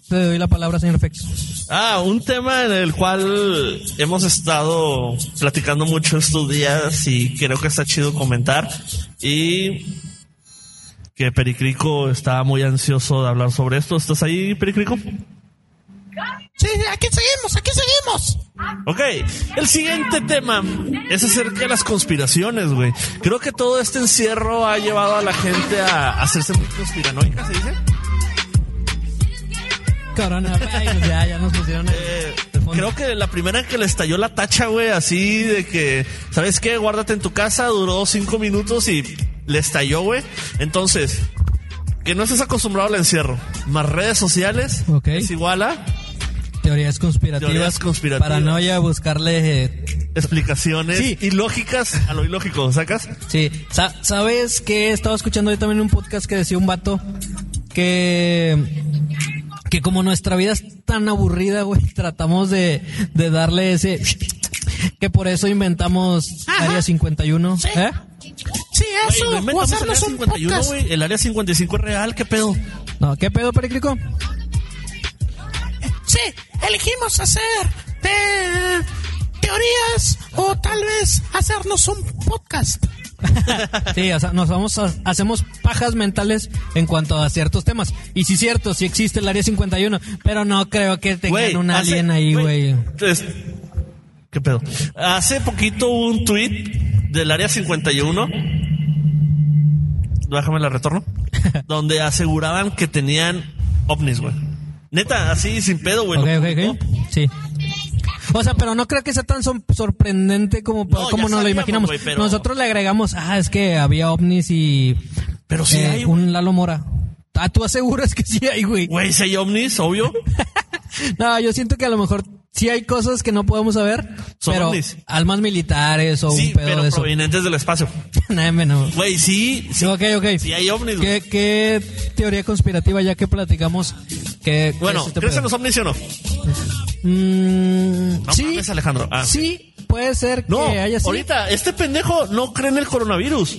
S4: Te doy la palabra, señor Fex.
S5: Ah, un tema en el cual hemos estado platicando mucho estos días y creo que está chido comentar. Y que Pericrico está muy ansioso de hablar sobre esto. ¿Estás ahí, Pericrico?
S3: Sí, aquí seguimos, aquí seguimos.
S5: Ok, el siguiente tema es acerca de las conspiraciones, güey. Creo que todo este encierro ha llevado a la gente a hacerse muy conspiranoica, ¿se dice?
S4: Coronavirus, ya, ya nos pusieron el-
S5: Eh,
S4: el fondo.
S5: creo que la primera que le estalló la tacha, güey, así de que, ¿sabes qué? Guárdate en tu casa, duró cinco minutos y le estalló, güey. Entonces, que no estés acostumbrado al encierro, más redes sociales,
S4: Ok.
S5: es igual a
S4: Teorías conspirativas.
S5: Teorías conspirativas.
S4: Paranoia, buscarle. eh,
S5: explicaciones
S4: Sí.
S5: ilógicas a lo ilógico, ¿sacas?
S4: Sí, Sa- ¿sabes que Estaba escuchando yo también un podcast que decía un vato que. Que como nuestra vida es tan aburrida, güey, tratamos de, de darle ese. Que por eso inventamos
S3: Ajá.
S4: Área 51.
S3: Sí.
S4: ¿eh?
S3: Sí,
S5: Güey,
S3: eso,
S5: no
S3: o
S5: inventamos el área
S3: hacernos un
S5: 51,
S3: podcast.
S5: güey. El área 55 es real, ¿qué pedo?
S4: No, ¿Qué pedo, Pericrico?
S3: Sí, elegimos hacer eh, teorías o tal vez hacernos un podcast.
S4: Sí, o sea, nos vamos a- hacemos pajas mentales en cuanto a ciertos temas. Y sí, cierto, sí existe el área 51, pero no creo que tengan
S5: Güey,
S4: un
S5: hace-
S4: alien ahí, güey.
S5: es- ¿Qué pedo? Hace poquito hubo un tweet del área 51. Déjame la retorno. donde aseguraban que tenían ovnis, güey. Neta, así sin pedo, güey.
S4: Ok,
S5: lo
S4: ok,
S5: publicó.
S4: ok. Sí. O sea, pero no creo que sea tan sor- sorprendente como, pa-
S5: No, ya
S4: como nos lo
S5: sabíamos,
S4: imaginamos.
S5: güey, pero-
S4: Nosotros le agregamos, ah, es que había ovnis y.
S5: Pero sí
S4: eh,
S5: hay, güey.
S4: Un Lalo Mora. Ah, tú aseguras que sí hay, güey.
S5: Güey, si hay ovnis, obvio.
S4: No, yo siento que a lo mejor sí hay cosas que no podemos saber,
S5: Son
S4: pero
S5: ovnis.
S4: almas militares o
S5: sí,
S4: un pedo
S5: pero
S4: de eso.
S5: provenientes del espacio.
S4: Nada menos.
S5: Güey, sí, sí.
S4: ok, ok.
S5: sí hay ovnis, güey.
S4: ¿Qué, qué teoría conspirativa ya que platicamos? Que,
S5: Bueno, ¿crees en los ovnis sí o no? No
S4: Mm, sí,
S5: mames, Alejandro. Ah.
S4: sí, puede ser
S5: No,
S4: que haya sido.
S5: ahorita, este pendejo no cree en el coronavirus.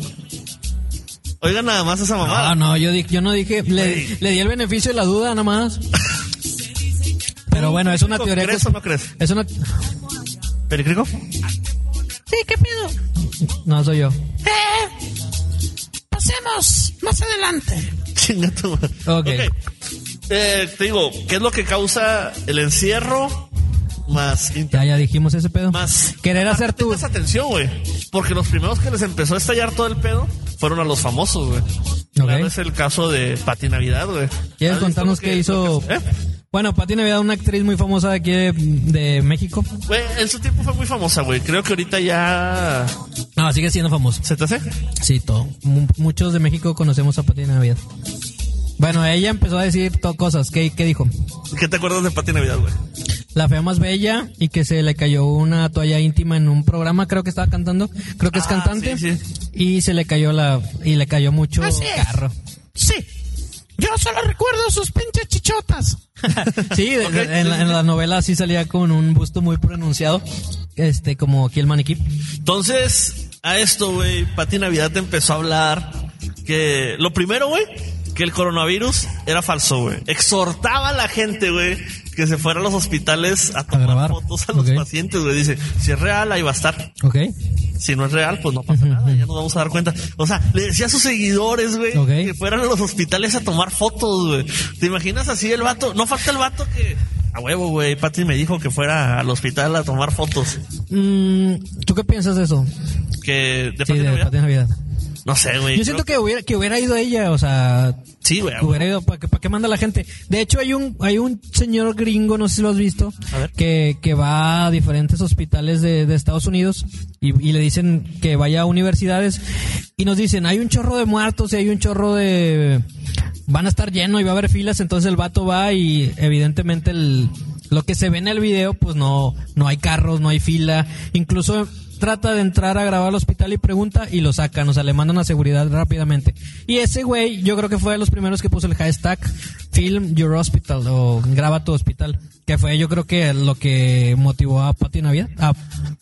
S5: Oigan nada más esa mamada.
S4: No, Ah, no, yo, di- yo no dije. Le,
S5: Güey.
S4: le di el beneficio de la duda, nada más. Pero bueno, es una teoría.
S5: ¿Crees o
S4: cons-
S5: no crees?
S4: Es una.
S5: ¿Pericrico?
S3: Sí, ¿qué pedo?
S4: No, soy yo.
S3: Eh, Platícanos más adelante.
S5: Chinga tu madre.
S4: Ok.
S5: Eh, te digo, ¿qué es lo que causa el encierro más internet?
S4: Ya, ya dijimos ese pedo.
S5: Más.
S4: Querer
S5: Aparte,
S4: hacer tu.
S5: tengas atención, güey. Porque los primeros que les empezó a estallar todo el pedo fueron a los famosos, güey. Claro, es el caso de Pati Navidad, güey.
S4: ¿Quieres
S5: ¿Has
S4: contarnos
S5: visto lo
S4: qué hizo?
S5: Ah, lo que- ¿Eh?
S4: Bueno, Pati Navidad, una actriz muy famosa de aquí de, de México.
S5: Güey, en su tiempo fue muy famosa, güey. Creo que ahorita ya.
S4: No, sigue siendo famosa.
S5: ¿Se te hace?
S4: Sí, todo. Mu- muchos de México conocemos a Pati Navidad. Bueno, ella empezó a decir to- cosas. ¿Qué, ¿Qué dijo?
S5: ¿Qué te acuerdas de Pati Navidad, güey?
S4: La fea más bella y que se le cayó una toalla íntima en un programa, creo que estaba cantando. Creo que es
S5: Ah,
S4: cantante.
S5: sí, sí.
S4: Y se le cayó la. Y le cayó mucho
S3: Así es.
S4: carro.
S3: Sí, yo solo recuerdo sus pinches chichotas.
S4: Sí, de-
S5: Ok,
S4: de- en, la, en la novela sí salía con un busto muy pronunciado, este, como aquí el maniquí.
S5: Entonces, a esto, güey, Pati Navidad empezó a hablar que lo primero, güey, que el coronavirus era falso, güey. Exhortaba a la gente, güey, que se fuera a los hospitales a tomar
S4: grabar.
S5: fotos a los
S4: Ok.
S5: pacientes, güey. Dice, si es real, ahí va a estar.
S4: Ok,
S5: Si no es real, pues no pasa nada, ya nos vamos a dar cuenta. O sea, le decía a sus seguidores, güey,
S4: Ok.
S5: que fueran a los hospitales a tomar fotos, güey. ¿Te imaginas así el vato? No falta el vato que... A huevo, güey, Pati me dijo que fuera al hospital a tomar fotos.
S4: Mm, ¿Tú qué piensas de eso?
S5: Que
S4: sí,
S5: de Pati
S4: de
S5: Navidad.
S4: Pati Navidad.
S5: No sé, güey.
S4: Yo siento que hubiera, que hubiera ido ella, o sea,
S5: Sí, güey.
S4: que hubiera ido, ¿para qué, pa' qué manda la gente? De hecho, hay un, hay un señor gringo, no sé si lo has visto,
S5: A ver.
S4: que, que va a diferentes hospitales de, de Estados Unidos y, y le dicen que vaya a universidades y nos dicen, hay un chorro de muertos y hay un chorro de... Van a estar lleno y va a haber filas, entonces el vato va y evidentemente el, lo que se ve en el video, pues no, no hay carros, no hay fila, incluso trata de entrar a grabar al hospital y pregunta y lo sacan, o sea, le mandan a seguridad rápidamente. Y ese güey, yo creo que fue de los primeros que puso el hashtag Film Your Hospital o Graba tu Hospital, que fue yo creo que lo que motivó a Pati Navidad. Ah,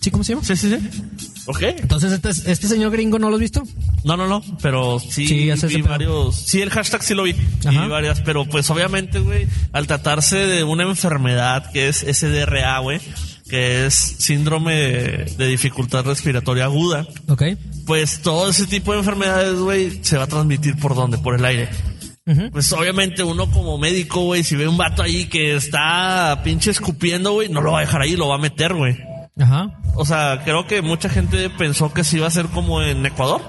S4: ¿Sí cómo se llama?
S5: Sí, sí, sí. Ok.
S4: Entonces, este, este señor gringo no lo has visto.
S5: No, no, no. Pero sí,
S4: Sí, ya sé ese
S5: vi
S4: pedo.
S5: varios. Sí, el hashtag sí lo vi.
S4: Ajá.
S5: Y varias. Pero pues obviamente, güey, al tratarse de una enfermedad que es SDRA, güey, que es síndrome de, de dificultad respiratoria aguda,
S4: Ok.
S5: pues todo ese tipo de enfermedades, güey, se va a transmitir por dónde? Por el aire.
S4: Ujú.
S5: Pues obviamente uno como médico, güey, si ve un vato ahí que está pinche escupiendo, güey, no lo va a dejar ahí, lo va a meter, güey.
S4: Ajá.
S5: O sea, creo que mucha gente pensó que se iba a ser como en Ecuador,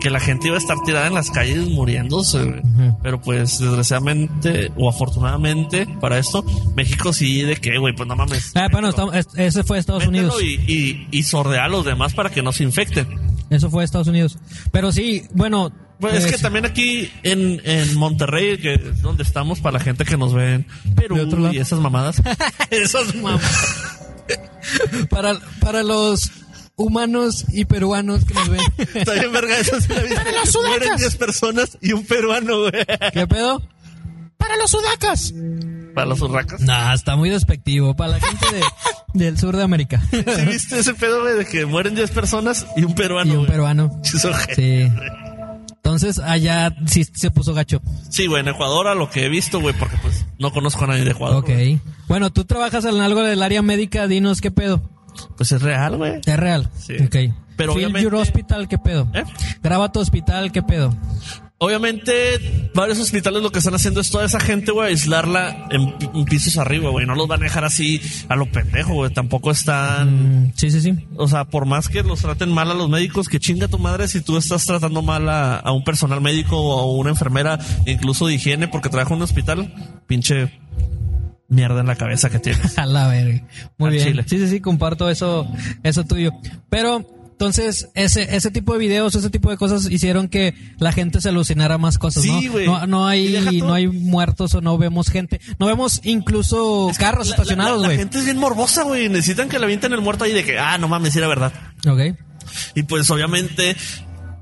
S5: que la gente iba a estar tirada en las calles muriéndose. güey.
S4: Ujú.
S5: Pero pues, desgraciadamente o afortunadamente para esto, México sí, de qué, güey, pues no mames.
S4: Ah, bueno, estamos- es- ese fue Estados
S5: Mételo
S4: Unidos.
S5: Y, y, y sordea a los demás para que no se infecten.
S4: Eso fue Estados Unidos. Pero sí, bueno.
S5: Bueno, es
S4: eh,
S5: que también aquí en, en Monterrey, que es donde estamos, para la gente que nos ve en Perú
S4: De otro lado.
S5: y esas mamadas.
S4: Esas mamás. para, para los humanos y peruanos que nos ven.
S5: Está bien, verga, eso sí la viste.
S3: Pero los sudacas.
S5: Mueren 10 personas y un peruano, güey.
S4: ¿Qué pedo?
S3: Para los sudacas.
S5: Para los urracas.
S4: Nah, está muy despectivo. Para la gente de- del sur de América.
S5: ¿Sí viste ese pedo, güey, de que mueren 10 personas y un peruano,
S4: y un
S5: güey?
S4: peruano.
S5: Sí, son gente.
S4: Sí. Entonces allá sí se puso gacho.
S5: Sí, güey, en Ecuador a lo que he visto, güey, porque pues no conozco a nadie de Ecuador.
S4: Ok.
S5: Ah, güey.
S4: Bueno, tú trabajas en algo del área médica, dinos qué pedo.
S5: Pues es real, güey.
S4: Es real.
S5: Sí.
S4: Ok.
S5: Pero
S4: Feel
S5: obviamente-
S4: Your Hospital, qué pedo.
S5: ¿Eh?
S4: Graba tu hospital, qué pedo.
S5: Obviamente, varios hospitales lo que están haciendo es toda esa gente, güey, aislarla en, pi- en pisos arriba, güey. No los van a dejar así a lo pendejo, güey. Tampoco están...
S4: Mm, sí, sí, sí.
S5: O sea, por más que los traten mal a los médicos, que chinga tu madre si tú estás tratando mal a, a un personal médico o a una enfermera, incluso de higiene, porque trabaja en un hospital, pinche mierda en la cabeza que tienes.
S4: A la verga. Muy
S5: Al
S4: bien.
S5: chile.
S4: Sí, sí, sí, comparto eso, eso tuyo. Pero, entonces, ese, ese tipo de videos, ese tipo de cosas hicieron que la gente se alucinara más cosas,
S5: Sí,
S4: ¿no?
S5: güey.
S4: No, no
S5: Y deja
S4: hay,
S5: tú-
S4: no hay muertos o no vemos gente. No vemos incluso carros
S5: La- la-
S4: estacionados,
S5: la, la
S4: güey.
S5: gente es bien morbosa, güey. Necesitan que la avienten el muerto ahí de que, ah, no mames, sí era verdad.
S4: Ok.
S5: Y pues obviamente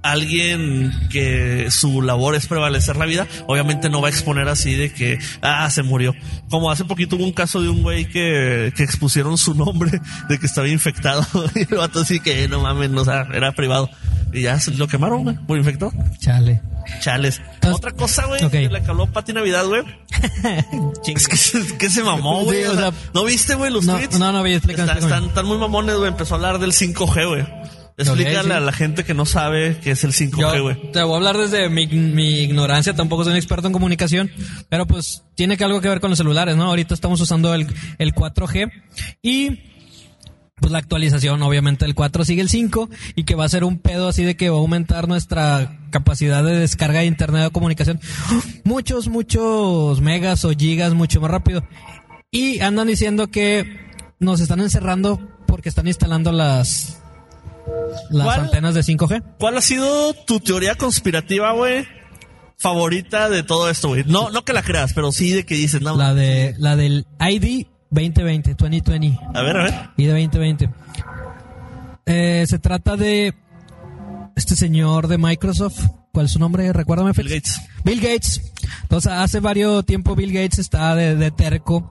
S5: alguien que su labor es prevalecer la vida, obviamente no va a exponer así de que, ah, se murió. Como hace poquito hubo un caso de un güey que, que expusieron su nombre de que estaba infectado. Y el vato así que, no mames, no, o sea, era privado. Y ya se lo quemaron, güey, por infectado.
S4: Chale.
S5: Chales.
S4: Entonces-
S5: Otra cosa, güey,
S4: Pues, Ok.
S5: de la que habló Pati Navidad, güey. es que, se- que se mamó, güey.
S4: Sí,
S5: o
S4: o
S5: sea,
S4: sea,
S5: ¿No viste, güey, los
S4: no,
S5: tweets?
S4: no, no vi, explícame,
S5: Está-
S4: explícame.
S5: Están, están muy mamones, güey. Empezó a hablar del 5G, güey. Explícale
S4: Ok, sí.
S5: a la gente que no sabe qué es el 5G,
S4: Yo
S5: güey.
S4: te voy a hablar desde mi, mi ignorancia, tampoco soy un experto en comunicación, pero pues tiene que algo que ver con los celulares, ¿no? Ahorita estamos usando el, el 4G y pues la actualización, obviamente el 4 sigue el 5 y que va a ser un pedo así de que va a aumentar nuestra capacidad de descarga de internet o comunicación. Muchos, muchos megas o gigas mucho más rápido. Y andan diciendo que nos están encerrando porque están instalando las, las
S5: ¿Cuál?
S4: antenas de 5G.
S5: ¿Cuál ha sido tu teoría conspirativa, güey? Favorita de todo esto, güey. No, no que la creas, pero sí de que dices, no.
S4: La de la del ID 2020, 2020
S5: A ver, a ver.
S4: y de 2020. Eh, se trata de este señor de Microsoft. ¿Cuál es su nombre? Recuérdame,
S5: Bill
S4: Félix.
S5: Gates.
S4: Bill Gates. Entonces, hace varios tiempo Bill Gates está de, de terco.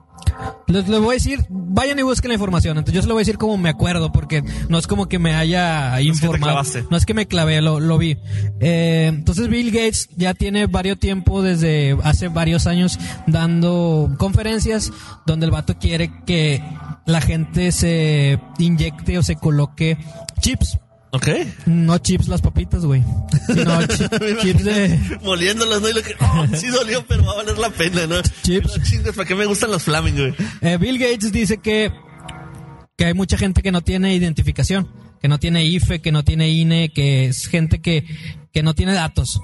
S4: Les, les voy a decir, vayan y busquen la información. Entonces, yo se lo voy a decir como me acuerdo, porque no es como que me haya
S5: es que te
S4: informado.
S5: clavaste.
S4: No es que me clavé, lo, lo vi. Eh, entonces, Bill Gates ya tiene varios tiempo, desde hace varios años, dando conferencias donde el vato quiere que la gente se inyecte o se coloque chips.
S5: Ok.
S4: No chips las papitas, güey. Sino chi- chips de...
S5: Moliéndolas, ¿no? Y lo que. Oh, sí dolió, pero va a valer la pena, ¿no?
S4: Chips.
S5: No chingues, ¿para qué me gustan los flaming, güey?
S4: Eh, Bill Gates dice que, que hay mucha gente que no tiene identificación, que no tiene IFE, que no tiene INE, que es gente que, que no tiene datos.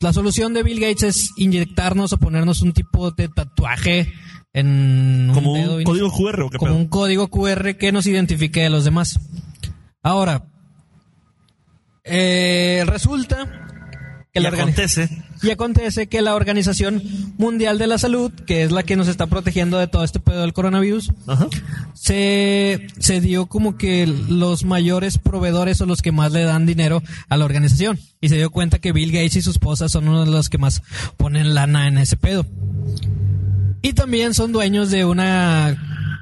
S4: La solución de Bill Gates es inyectarnos o ponernos un tipo de tatuaje en un
S5: Como
S4: dedo
S5: un
S4: y-
S5: código QR, ¿o qué
S4: como
S5: pedo?
S4: un código QR que nos identifique de los demás. Ahora, eh, resulta que
S5: Y
S4: la organi-
S5: acontece.
S4: y acontece que la Organización Mundial de la Salud, que es la que nos está protegiendo de todo este pedo del coronavirus,
S5: Ajá.
S4: se, se dio como que los mayores proveedores o los que más le dan dinero a la organización. Y se dio cuenta que Bill Gates y su esposa son uno de los que más ponen lana en ese pedo. Y también son dueños de una...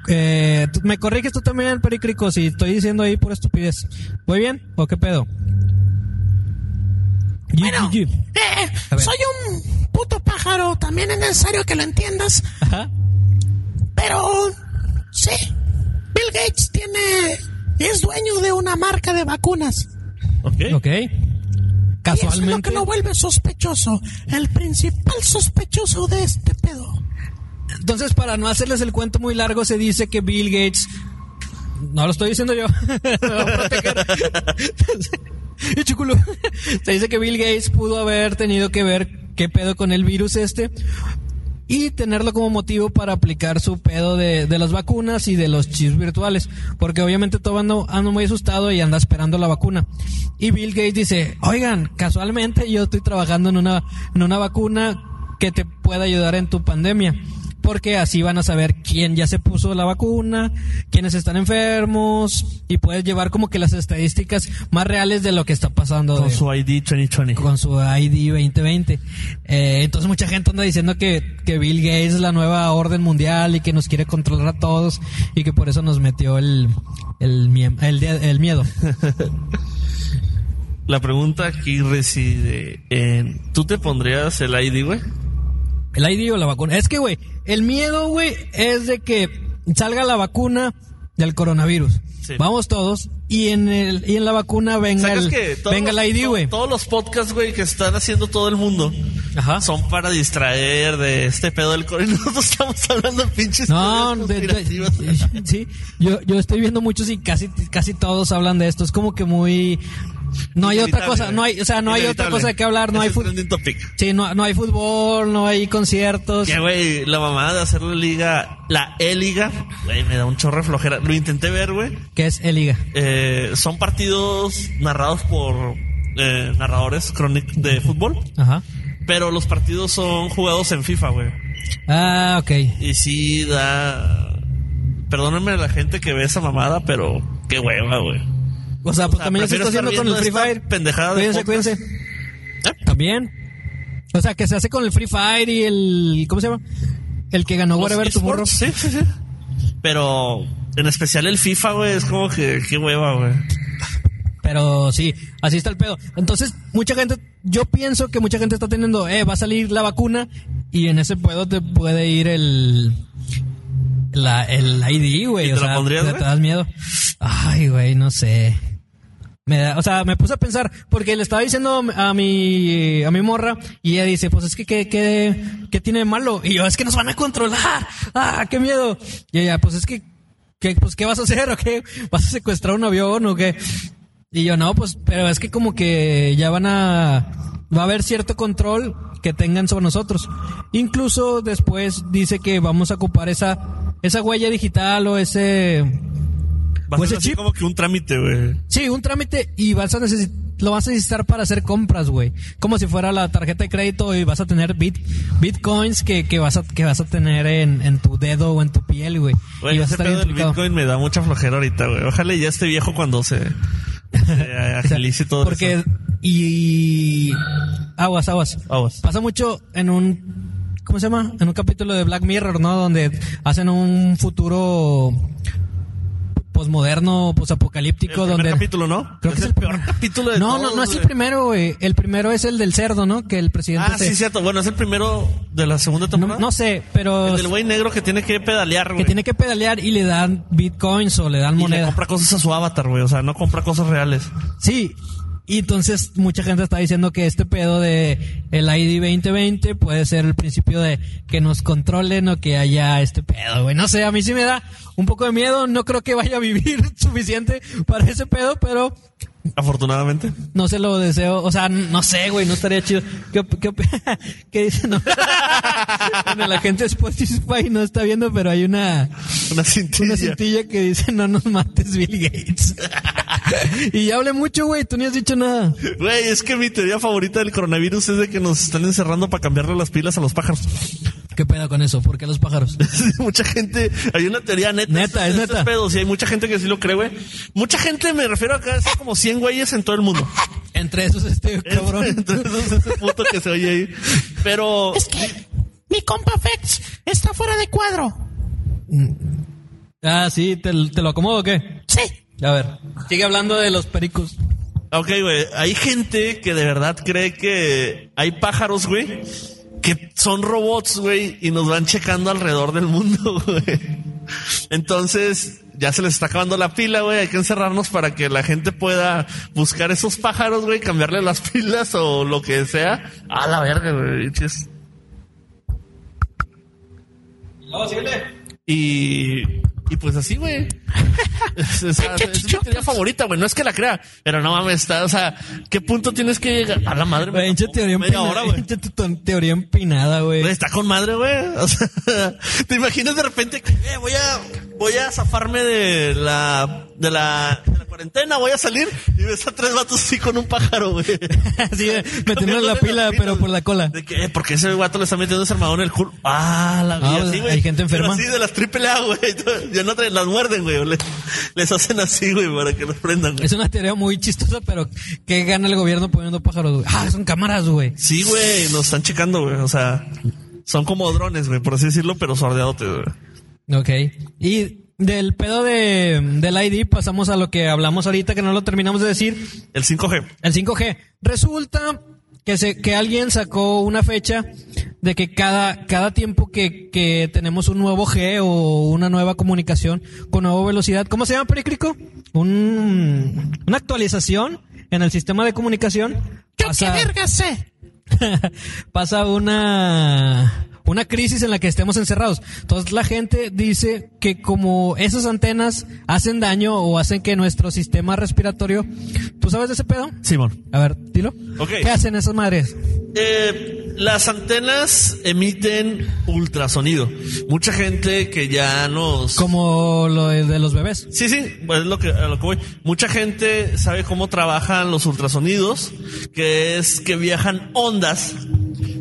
S4: eh, tú- me corriges tú también, Pericrico, si estoy diciendo ahí pura estupidez. ¿Voy bien? ¿O qué pedo? Yi,
S3: Bueno,
S4: yi, yi.
S3: eh,
S4: A ver.
S3: soy un puto pájaro, también es necesario que lo entiendas,
S4: Ajá.
S3: pero sí, Bill Gates tiene, es dueño de una marca de vacunas.
S5: Ok.
S4: Ok.
S3: Y eso es lo
S4: Casualmente.
S3: que lo vuelve sospechoso, el principal sospechoso de este pedo.
S4: Entonces, para no hacerles el cuento muy largo, se dice que Bill Gates. No lo estoy diciendo yo. Me va a proteger. Y chuculo. Se dice que Bill Gates pudo haber tenido que ver qué pedo con el virus este y tenerlo como motivo para aplicar su pedo de, de las vacunas y de los chips virtuales. Porque obviamente todo ando, ando muy asustado y anda esperando la vacuna. Y Bill Gates dice, oigan, casualmente yo estoy trabajando en una, en una vacuna que te pueda ayudar en tu pandemia. Porque así van a saber quién ya se puso la vacuna, quiénes están enfermos y puedes llevar como que las estadísticas más reales de lo que está pasando.
S5: Con
S4: de-
S5: su ID 2020.
S4: con su ID 2020. Eh, entonces mucha gente anda diciendo que, que Bill Gates es la nueva orden mundial y que nos quiere controlar a todos y que por eso nos metió el, el, miem- el, de- el miedo.
S5: La pregunta aquí reside en. ¿Tú te pondrías el ID, güey?
S4: El ID o la vacuna. Es que, güey, el miedo, güey, es de que salga la vacuna del coronavirus.
S5: Sí.
S4: Vamos todos y en el y en la vacuna venga
S5: ¿Sabes
S4: el,
S5: que todos
S4: venga
S5: los-
S4: el ID,
S5: to-
S4: güey.
S5: Todos los podcasts, güey, que están haciendo todo el mundo
S4: Ajá.
S5: son para distraer de este pedo del coronavirus. Nosotros estamos hablando de pinches.
S4: No,
S5: teorías
S4: de- de-
S5: conspirativas.
S4: sí, yo, yo estoy viendo muchos y casi, casi todos hablan de esto. Es como que muy... No hay otra
S5: Inevitable,
S4: cosa,
S5: güey.
S4: no hay, o sea, no hay otra
S5: Inevitable.
S4: cosa de qué hablar, no
S5: Ese
S4: hay
S5: es
S4: fútbol.
S5: trending topic.
S4: Sí, no, no hay fútbol, no hay conciertos.
S5: Que, güey, la mamada de hacer la liga, la E-Liga, güey, me da un chorro de flojera. Lo intenté ver, güey.
S4: Que es el liga.
S5: Eh, son partidos narrados por eh, narradores chronic- de fútbol,
S4: Ajá.
S5: pero los partidos son jugados en FIFA, güey.
S4: Ah, ok.
S5: Y sí da... Perdónenme la gente que ve esa mamada, pero qué hueva, güey.
S4: O sea, pues
S5: sea,
S4: también se
S5: Ah, prefiero
S4: está haciendo
S5: estar
S4: con el Free
S5: viendo esta
S4: Fire.
S5: pendejada de
S4: Cuídense,
S5: podcast. ¿Eh?
S4: cuídense. También. O sea, que se hace con el Free Fire y el... ¿Cómo se llama? El que ganó
S5: Los
S4: Whatever Tomorrow.
S5: esports, Sí, sí, sí. Pero en especial el FIFA, güey, es como que qué hueva, güey.
S4: Pero sí, así está el pedo. Entonces, mucha gente, yo pienso que mucha gente está teniendo, eh, va a salir la vacuna y en ese pedo te puede ir el. La, el ID, güey.
S5: ¿Y
S4: o
S5: te la
S4: sea,
S5: pondrías,
S4: te-
S5: güey?
S4: te das miedo. Ay, güey, no sé. Me da- o sea, me puse a pensar, porque le estaba diciendo a mi, a mi morra, y ella dice, pues es que, ¿qué, qué, qué tiene de malo? Y yo, es que nos van a controlar. Ah, qué miedo. Y ella, pues es que, ¿qué, pues, ¿qué vas a hacer? ¿O qué? ¿Vas a secuestrar un avión o qué? Y yo, no, pues, pero es que como que ya van a, va a haber cierto control que tengan sobre nosotros. Incluso después dice que vamos a ocupar esa, esa huella digital o ese,
S5: Va a
S4: Pues
S5: ser
S4: el
S5: así
S4: chip.
S5: como que un trámite, güey.
S4: Sí, un trámite y vas a necesitar, lo vas a necesitar para hacer compras, güey. Como si fuera la tarjeta de crédito y vas a tener bit, bitcoins que, que vas a que vas a tener en, en tu dedo o en tu piel, güey.
S5: Güey,
S4: y vas a
S5: ese
S4: estar
S5: pedo del
S4: identificado.
S5: Bitcoin me da mucha flojera ahorita, güey. Ojalá y ya esté viejo cuando se, se
S4: O sea,
S5: agilice todo
S4: porque
S5: eso.
S4: y aguas, aguas.
S5: Aguas.
S4: Pasa mucho en un ¿cómo se llama? En un capítulo de Black Mirror, ¿no? Donde hacen un futuro posmoderno,
S5: El
S4: posapocalíptico
S5: primer
S4: donde
S5: capítulo, ¿no?
S4: Creo que
S5: es el peor
S4: primer-
S5: capítulo de
S4: No,
S5: todos,
S4: no, no es el
S5: güey.
S4: primero, güey. El primero es el del cerdo, ¿no? Que el presidente
S5: Ah,
S4: se-
S5: sí, cierto. Bueno, es el primero de la segunda
S4: no,
S5: temporada.
S4: no sé, pero
S5: El del güey negro que tiene que pedalear,
S4: que
S5: güey.
S4: tiene que pedalear y le dan bitcoins o le dan
S5: Y le
S4: moneda.
S5: compra cosas a su avatar, güey. O sea, no compra cosas reales.
S4: Sí. Y entonces mucha gente está diciendo que este pedo de el ID 2020 puede ser el principio de que nos controlen o que haya este pedo, güey. No sé, a mí sí me da un poco de miedo. No creo que vaya a vivir suficiente para ese pedo, pero
S5: Afortunadamente.
S4: No se lo deseo, o sea, no sé, güey, no estaría chido. ¿Qué, op- qué, op- qué dice? No. Bueno, la gente de Spotify no está viendo, pero hay una,
S5: Una cintilla.
S4: una cintilla que dice no nos mates Bill Gates. y ya hablé mucho, güey, tú ni has dicho nada.
S5: Güey, es que mi teoría favorita del coronavirus es de que nos están encerrando para cambiarle las pilas a los pájaros.
S4: ¿Qué pedo con eso? ¿Por qué los pájaros?
S5: mucha gente, hay una teoría neta.
S4: Neta,
S5: esto-
S4: es
S5: esto
S4: neta.
S5: pedo, sí, hay mucha gente que sí lo cree, güey. Mucha gente, me refiero acá, es como 100 güeyes en todo el mundo.
S4: Entre esos este cabrón.
S5: Entonces, ese puto que se oye ahí. Pero,
S3: Es que mi compa Fex está fuera de cuadro.
S4: Ah, sí, ¿te, te lo acomodo o qué?
S3: Sí,
S4: A ver, sigue hablando de los pericos.
S5: ok, güey, hay gente que de verdad cree que hay pájaros, güey, que son robots, güey, y nos van checando alrededor del mundo, güey. Entonces, ya se les está acabando la pila, güey. Hay que encerrarnos para que la gente pueda buscar esos pájaros, güey, cambiarle las pilas o lo que sea. A la verga, güey. chis. Y, y pues así, güey. es, es- es mi teoría favorita, güey. No es que la crea, pero no mames, está, o sea, ¿qué punto tienes que llegar? A la madre, me
S4: Pinche
S5: tapó
S4: teoría
S5: media
S4: empinada.
S5: hora, güey. Pues
S4: pinche tu- teoría empinada, güey.
S5: Güey, Está con madre, güey. O sea, te imaginas de repente que eh, voy a voy a zafarme de la de la, de la cuarentena, voy a salir y ves a tres vatos así con un pájaro, güey.
S4: Así, metiéndole la pila, pero por la cola.
S5: De que, eh, porque ese vato le está metiendo ese armadón en el culo. Ah, la
S4: Ah,
S5: vida, sí, güey.
S4: hay gente enferma.
S5: Pero así de las triple A, güey. Ya no traen, las muerden, güey. o le- les hacen así, güey, para que los prendan, güey.
S4: Es una teoría muy chistosa, pero ¿qué gana el gobierno poniendo pájaros, güey? Ah, son cámaras, güey.
S5: Sí, güey, nos están checando, güey. O sea, son como drones, güey, por así decirlo, pero sordeadotes, güey.
S4: Ok. Y del pedo de, del ID pasamos a lo que hablamos ahorita, que no lo terminamos de decir,
S5: El 5G.
S4: el 5G. Resulta que, se, que alguien sacó una fecha de que cada, cada tiempo que, que tenemos un nuevo G o una nueva comunicación con nueva velocidad, ¿cómo se llama, Pericrico? Un, una actualización en el sistema de comunicación.
S3: yo
S4: pasa-
S3: qué verga sé.
S4: pasa una una crisis en la que estemos encerrados. Entonces la gente dice que como esas antenas hacen daño o hacen que nuestro sistema respiratorio, ¿tú sabes de ese pedo?
S5: Simón.
S4: A ver, dilo.
S5: Ok.
S4: ¿Qué hacen esas madres?
S5: Eh, las antenas emiten ultrasonido. Mucha gente que ya nos...
S4: Como lo de, de los bebés.
S5: Sí, sí, pues es lo que, a lo que voy. Mucha gente sabe cómo trabajan los ultrasonidos, que es que viajan ondas.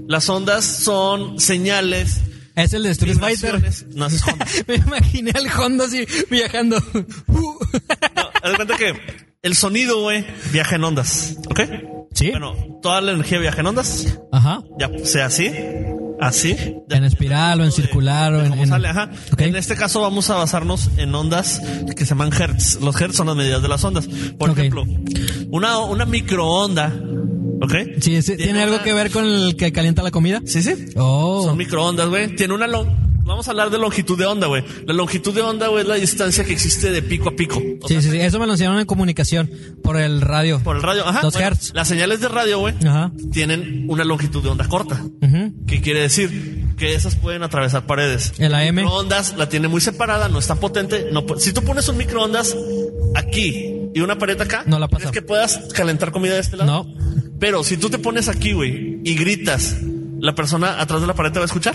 S5: Las ondas son señales.
S4: Es el de Street Fighter.
S5: vibraciones- No, ese es Honda.
S4: Me imaginé al Honda así viajando. Uh.
S5: No, haz de cuenta que el sonido, güey, viaja en ondas, ¿ok?
S4: Sí.
S5: Bueno, toda la energía viaja en ondas.
S4: Ajá.
S5: Ya sea así, así.
S4: En espiral o en circular o
S5: de
S4: en-
S5: cómo
S4: en-
S5: sale, ajá.
S4: Ok.
S5: En este caso vamos a basarnos en ondas que se llaman hertz. Los hertz son las medidas de las ondas. Por
S4: Ok.
S5: ejemplo, una, una microonda, ¿ok?
S4: Sí, ese- ¿tiene, algo
S5: una-
S4: que ver con el que calienta la comida?
S5: Sí, sí.
S4: Oh.
S5: Son microondas, güey. Tiene una, lon- Vamos a hablar de longitud de onda, güey. La longitud de onda, güey, es la distancia que existe de pico a pico. O
S4: Sí, sí, sí. Eso me lo enseñaron en comunicación por el radio.
S5: Por el radio, ajá.
S4: Dos
S5: bueno,
S4: hertz.
S5: Las señales de radio, güey,
S4: Ajá.
S5: tienen una longitud de onda corta.
S4: Ujú.
S5: ¿Qué quiere decir? Que esas pueden atravesar paredes.
S4: El AM.
S5: Microondas la tiene muy separada, no está potente. No, pu- si tú pones un microondas aquí y una pared acá,
S4: No la pasa.
S5: ¿crees que puedas calentar comida de este lado?
S4: No.
S5: Pero si tú te pones aquí, güey, y gritas, la persona atrás de la pared te va a escuchar.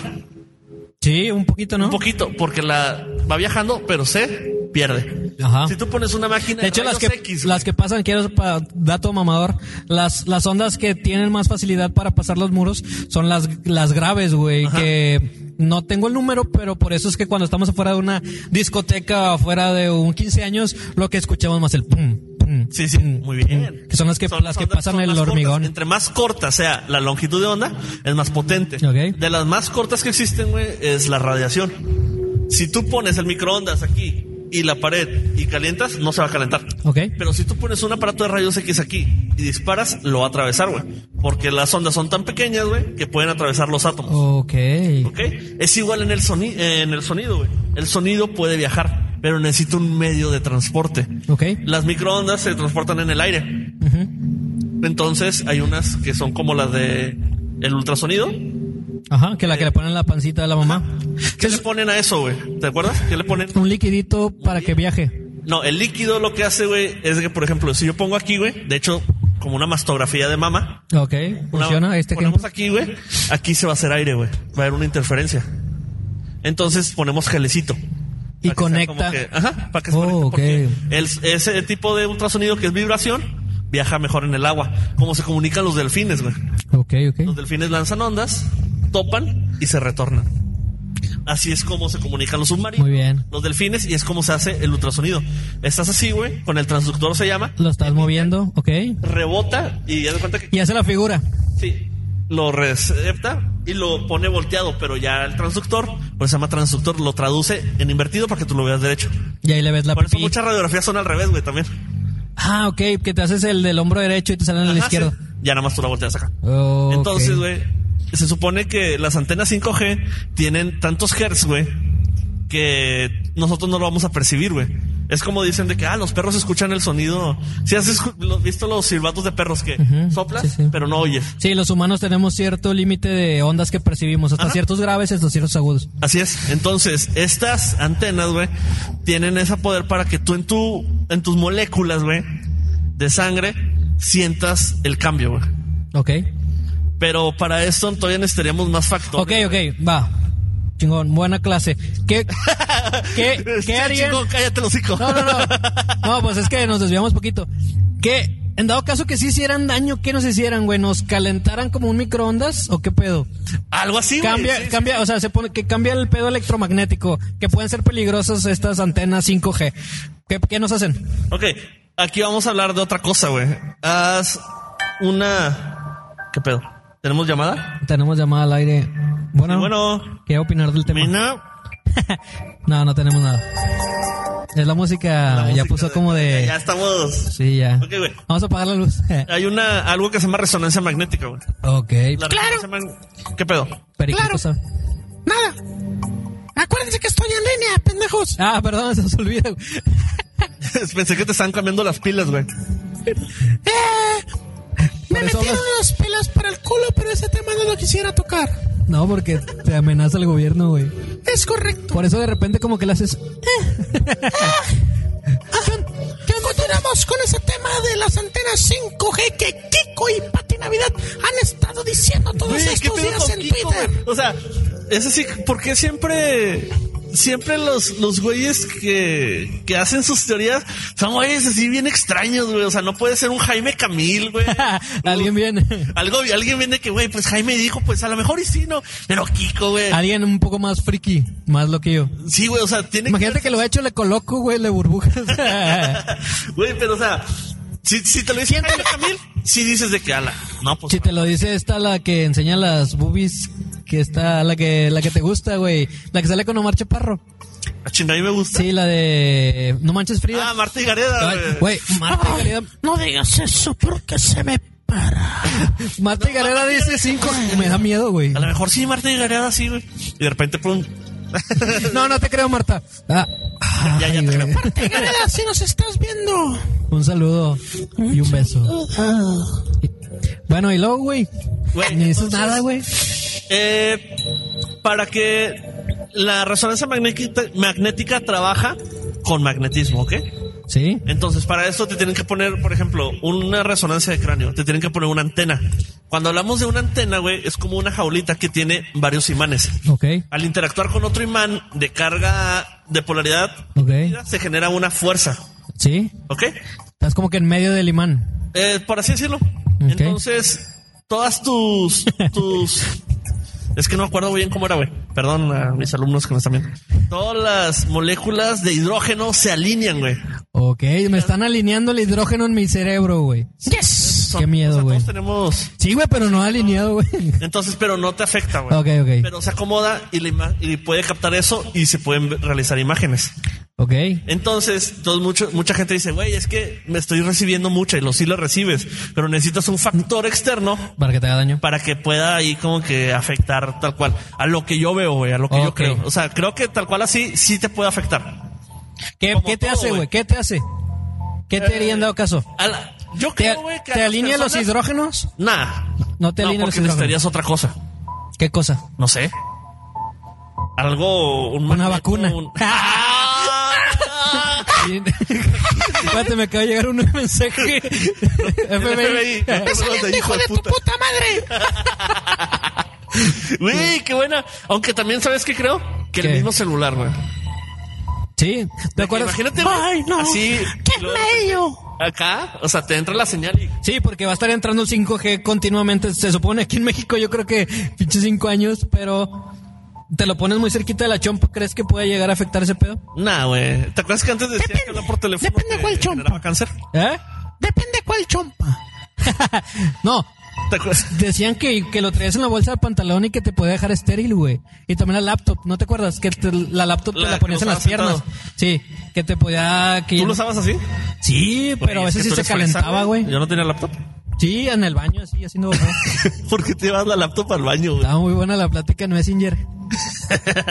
S4: Sí, un poquito, ¿no?
S5: Un poquito, porque la va viajando, pero se pierde.
S4: Ajá.
S5: Si tú pones una máquina
S4: De hecho, las que,
S5: rayos X, güey,
S4: las que pasan, quiero para dato mamador, las, las ondas que tienen más facilidad para pasar los muros son las, las graves, güey, que no tengo el número, pero por eso es que cuando estamos afuera de una discoteca o afuera de un 15 años, lo que escuchamos más el pum, pum.
S5: Sí, sí, muy bien.
S4: mm, Que son las que- las que pasan el
S5: más cortas.
S4: hormigón.
S5: Entre más corta sea la longitud de onda, es más potente.
S4: Ok.
S5: De las más cortas que existen, güey, es la radiación. Si tú pones el microondas aquí y la pared y calientas, no se va a calentar.
S4: Ok.
S5: Pero si tú pones un aparato de rayos X aquí y disparas, lo va a atravesar, güey. Porque las ondas son tan pequeñas, güey, que pueden atravesar los átomos.
S4: Ok.
S5: ¿Ok? Es igual en el, soni- en el sonido, güey. El sonido puede viajar, pero necesita un medio de transporte.
S4: Ok.
S5: Las microondas se transportan en el aire.
S4: Ujú.
S5: Entonces hay unas que son como las de el ultrasonido.
S4: Ajá, que la que le ponen en la pancita de la mamá.
S5: ¿Qué le ponen a eso, güey? ¿Te acuerdas? ¿Qué le ponen?
S4: Un liquidito para que viaje.
S5: No, el líquido lo que hace, güey, es que, por ejemplo, si yo pongo aquí, güey, de hecho, como una mastografía de mama,
S4: Ok.
S5: una-
S4: Funciona este que.
S5: ponemos aquí, güey, aquí se va a hacer aire, güey. Va a haber una interferencia. Entonces ponemos gelecito.
S4: Y
S5: Para que sea como
S4: conecta.
S5: que- ajá, para que se
S4: Oh,
S5: conecte,
S4: ok.
S5: porque el- ese tipo de ultrasonido que es vibración viaja mejor en el agua. Como se comunican los delfines, güey.
S4: Ok,
S5: Los
S4: ok.
S5: delfines lanzan ondas, topan y se retornan. Así es como se comunican los submarinos.
S4: Muy bien.
S5: Los delfines y es como se hace el ultrasonido. Estás así, güey, con el transductor se llama,
S4: Lo estás moviendo, ok.
S5: rebota y ya de cuenta que
S4: Y hace la figura.
S5: sí, lo recepta y lo pone volteado, pero ya el transductor, pues se llama transductor, lo traduce en invertido para que tú lo veas derecho.
S4: Y ahí le ves la
S5: Por eso
S4: pipí.
S5: muchas radiografías son al revés, güey, también.
S4: Ah, ok, que te haces el del hombro derecho y te salen el
S5: Ajá,
S4: izquierdo.
S5: sí. Ya nada más tú la volteas acá.
S4: Oh, ok.
S5: Entonces, güey, se supone que las antenas 5G tienen tantos hertz, güey, que nosotros no lo vamos a percibir, güey. Es como dicen de que, ah, los perros escuchan el sonido. Si has escu- lo- visto los silbatos de perros que
S4: Ujú,
S5: soplas,
S4: sí, sí.
S5: pero no oyes.
S4: Sí, los humanos tenemos cierto límite de ondas que percibimos, hasta
S5: Ajá.
S4: ciertos graves, hasta ciertos agudos.
S5: Así es. Entonces, estas antenas, güey, tienen ese poder para que tú en tu, en tus moléculas, güey, de sangre, sientas el cambio, güey.
S4: Ok.
S5: Pero para esto todavía necesitaríamos más factores.
S4: Ok, ok, va. Chingón, buena clase. ¿Qué, qué,
S5: Sí,
S4: qué harían?
S5: chico, cállate los hocico.
S4: No, no, no. No, pues es que nos desviamos poquito. Que, en dado caso que sí hicieran daño, ¿qué nos hicieran, güey? ¿Nos calentaran como un microondas o qué pedo?
S5: Algo así, güey.
S4: cambia,
S5: Sí, sí.
S4: cambia, o sea, se pone que cambia el pedo electromagnético, que pueden ser peligrosas estas antenas 5G. ¿Qué, qué nos hacen?
S5: Ok, aquí vamos a hablar de otra cosa, güey. Haz una... ¿Qué pedo? ¿Tenemos llamada?
S4: Tenemos llamada al aire. Bueno,
S5: Y bueno,
S4: ¿qué opinar del tema?
S5: Mina,
S4: No, no tenemos nada. Es la música,
S5: la
S4: Ah, ya
S5: música
S4: puso como de...
S5: Ya estamos...
S4: Sí, ya.
S5: Ok, güey.
S4: Vamos a apagar la luz.
S5: Hay una algo que se llama resonancia magnética, güey.
S4: ok,
S5: La
S3: Claro.
S5: resonancia mag- ¿Qué pedo?
S4: periquito.
S3: Claro.
S4: sabe.
S3: Nada. Acuérdense que estoy en línea, pendejos.
S4: Ah, perdón, se nos olvida. güey.
S5: Pensé que te estaban cambiando las pilas, güey.
S3: Eh, me
S4: Por eso
S3: metieron
S4: hablas-
S3: unas pilas para el culo, pero ese tema no lo quisiera tocar.
S4: No, porque te amenaza el gobierno, güey.
S3: Es correcto.
S4: Por eso de repente como que le haces...
S3: Ajá. Continuamos con ese tema de las antenas 5G que Kiko y Pati Navidad han estado diciendo todos
S5: Güey, ¿qué
S3: Pues estos
S5: pedo
S3: días
S5: con
S3: en
S5: Kiko,
S3: Twitter.
S5: güey? O sea, es así, ¿por qué siempre, siempre los, los güeyes que, que hacen sus teorías son güeyes así bien extraños, güey? O sea, no puede ser un Jaime Camil, güey.
S4: Alguien viene.
S5: Algo, alguien viene que, güey, pues Jaime dijo, pues a lo mejor y sí, ¿no? Pero Kiko, güey.
S4: Alguien un poco más friki, más loquillo.
S5: Sí, güey, o sea, tiene que-
S4: Imagínate que lo he hecho, le coloco, güey, le burbujas.
S5: Güey, pero o sea, si, si te lo dice Jaime Camil, sí dices de que ala. No, pues.
S4: si te lo dice esta la que enseña las boobies, que está la que la que te gusta, güey, la que sale con Omar Chaparro.
S5: a chinga, a mí me gusta.
S4: Sí, la de No manches Frida.
S5: Ah, Marta y Gareda,
S4: Ay,
S5: güey.
S4: Güey, Marta
S3: Ay,
S4: Gareda,
S3: no digas eso porque se me para.
S4: Marta Gareda dice cinco, me da miedo, güey.
S5: A lo mejor sí, Marta y Gareda, sí, güey. Y de repente, pum,
S4: No, no te creo, Marta. Ah,
S5: Ya, ya
S4: ay,
S5: te creo.
S4: güey.
S3: Granada, si nos estás viendo.
S4: Un saludo y un beso. Bueno, y luego, güey.
S5: Güey,
S4: Ni dices
S5: entonces-
S4: nada, güey.
S5: Eh, para que la resonancia magnética, magnética trabaja con magnetismo, ¿ok?
S4: Sí.
S5: Entonces, para esto te tienen que poner, por ejemplo, una resonancia de cráneo, te tienen que poner una antena. Cuando hablamos de una antena, güey, es como una jaulita que tiene varios imanes.
S4: Ok.
S5: Al interactuar con otro imán de carga de polaridad,
S4: Ok.
S5: se genera una fuerza,
S4: Sí.
S5: ¿ok?
S4: Estás como que en medio del imán.
S5: Eh, por así decirlo. Entonces, todas tus. tus es que no me acuerdo bien cómo era, güey. Perdón a mis alumnos que me están viendo. Todas las moléculas de hidrógeno se alinean, güey.
S4: Ok, me están alineando el hidrógeno en mi cerebro, güey.
S3: Yes.
S5: Son-
S4: Qué miedo,
S5: o sea,
S4: güey.
S5: todos tenemos.
S4: Sí, güey, pero no alineado, güey.
S5: Entonces, pero no te afecta, güey.
S4: Ok, ok.
S5: Pero se acomoda y, la ima- y puede captar eso y se pueden ver- realizar imágenes.
S4: Ok.
S5: Entonces, todo, mucho, mucha gente dice, güey, es que me estoy recibiendo mucha y lo sí lo recibes, pero necesitas un factor externo
S4: Para que te haga daño.
S5: para que pueda ahí como que afectar tal cual a lo que yo veo, güey, a lo que yo
S4: Ok.
S5: creo. O sea, creo que tal cual así sí te puede afectar.
S4: ¿Qué,
S5: Como
S4: qué te
S5: todo,
S4: hace,
S5: güey.
S4: güey? ¿Qué te hace? ¿Qué te haría en dado caso?
S5: A la- yo
S4: ¿Te,
S5: creo, güey, que
S4: te
S5: a las
S4: alinea los
S5: personas-
S4: hidrógenos?
S5: Nah.
S4: No te alinea los hidrógenos.
S5: porque necesitarías otra cosa.
S4: ¿Qué cosa?
S5: No sé. Algo, un
S4: Una
S5: magneto,
S4: vacuna.
S5: un- Ah,
S4: Espérate, me acaba de llegar un mensaje. FBI.
S3: Saliente, hijo de tu puta madre.
S5: Güey, qué buena. Aunque también sabes qué creo que
S4: ¿Qué?
S5: el mismo celular, güey.
S4: Sí, ¿te acuerdas?
S5: Imagínate, güey,
S3: Ay, no.
S5: Así,
S3: ¡Qué
S5: lo-
S3: medio!
S5: acá, o sea, te entra la señal y
S4: Sí, porque va a estar entrando el 5G continuamente. Se supone aquí en México, yo creo que pinche 5 años, pero te lo pones muy cerquita de la chompa. ¿Crees que puede llegar a afectar ese pedo?
S5: Nah, güey. ¿Te acuerdas que antes decía
S3: Depende-
S5: que hablar por teléfono
S3: depende
S5: te
S3: cuál chompa.
S5: generaba cáncer?
S4: ¿Eh?
S3: Depende cuál chompa.
S4: no,
S5: ¿Te acuerdas?
S4: decían que, que lo traías en la bolsa del pantalón y que te podía dejar estéril, güey. Y también la laptop, ¿no te acuerdas? Que te- la laptop te
S5: La
S4: la ponías
S5: que
S4: en las
S5: usabas
S4: piernas. Sí, que te podía... Que
S5: ¿Tú lo usabas así?
S4: Sí, pero a
S5: Oye, es
S4: veces
S5: que
S4: sí
S5: tú
S4: se
S5: eres fresa,
S4: calentaba, güey.
S5: Yo no tenía laptop.
S4: Sí, en el baño, así, haciendo... ¿no?
S5: ¿Por qué te llevas la laptop al baño, güey?
S4: Estaba muy buena la plática en Messenger.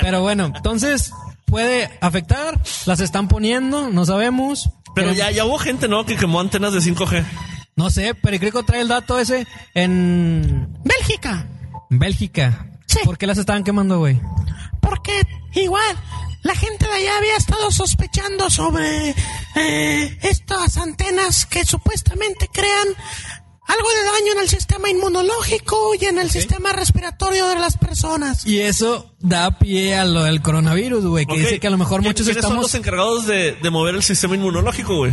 S4: Pero bueno, entonces puede afectar, las están poniendo, no sabemos.
S5: Pero
S4: Queremos-
S5: ya, ya hubo gente, ¿no? Que quemó antenas de 5G.
S4: No sé, Pericrico trae el dato ese en
S3: Bélgica.
S4: Bélgica.
S3: Sí.
S4: ¿Por qué las estaban quemando, güey?
S3: Porque igual la gente de allá había estado sospechando sobre eh, estas antenas que supuestamente crean algo de daño en el sistema inmunológico y en el sistema respiratorio de las personas.
S4: Y eso da pie a lo del coronavirus, güey, que
S5: Ok.
S4: dice que a lo mejor
S5: ¿Quién-
S4: muchos
S5: ¿Quiénes son los
S4: estamos...
S5: encargados de, de mover el sistema inmunológico, güey?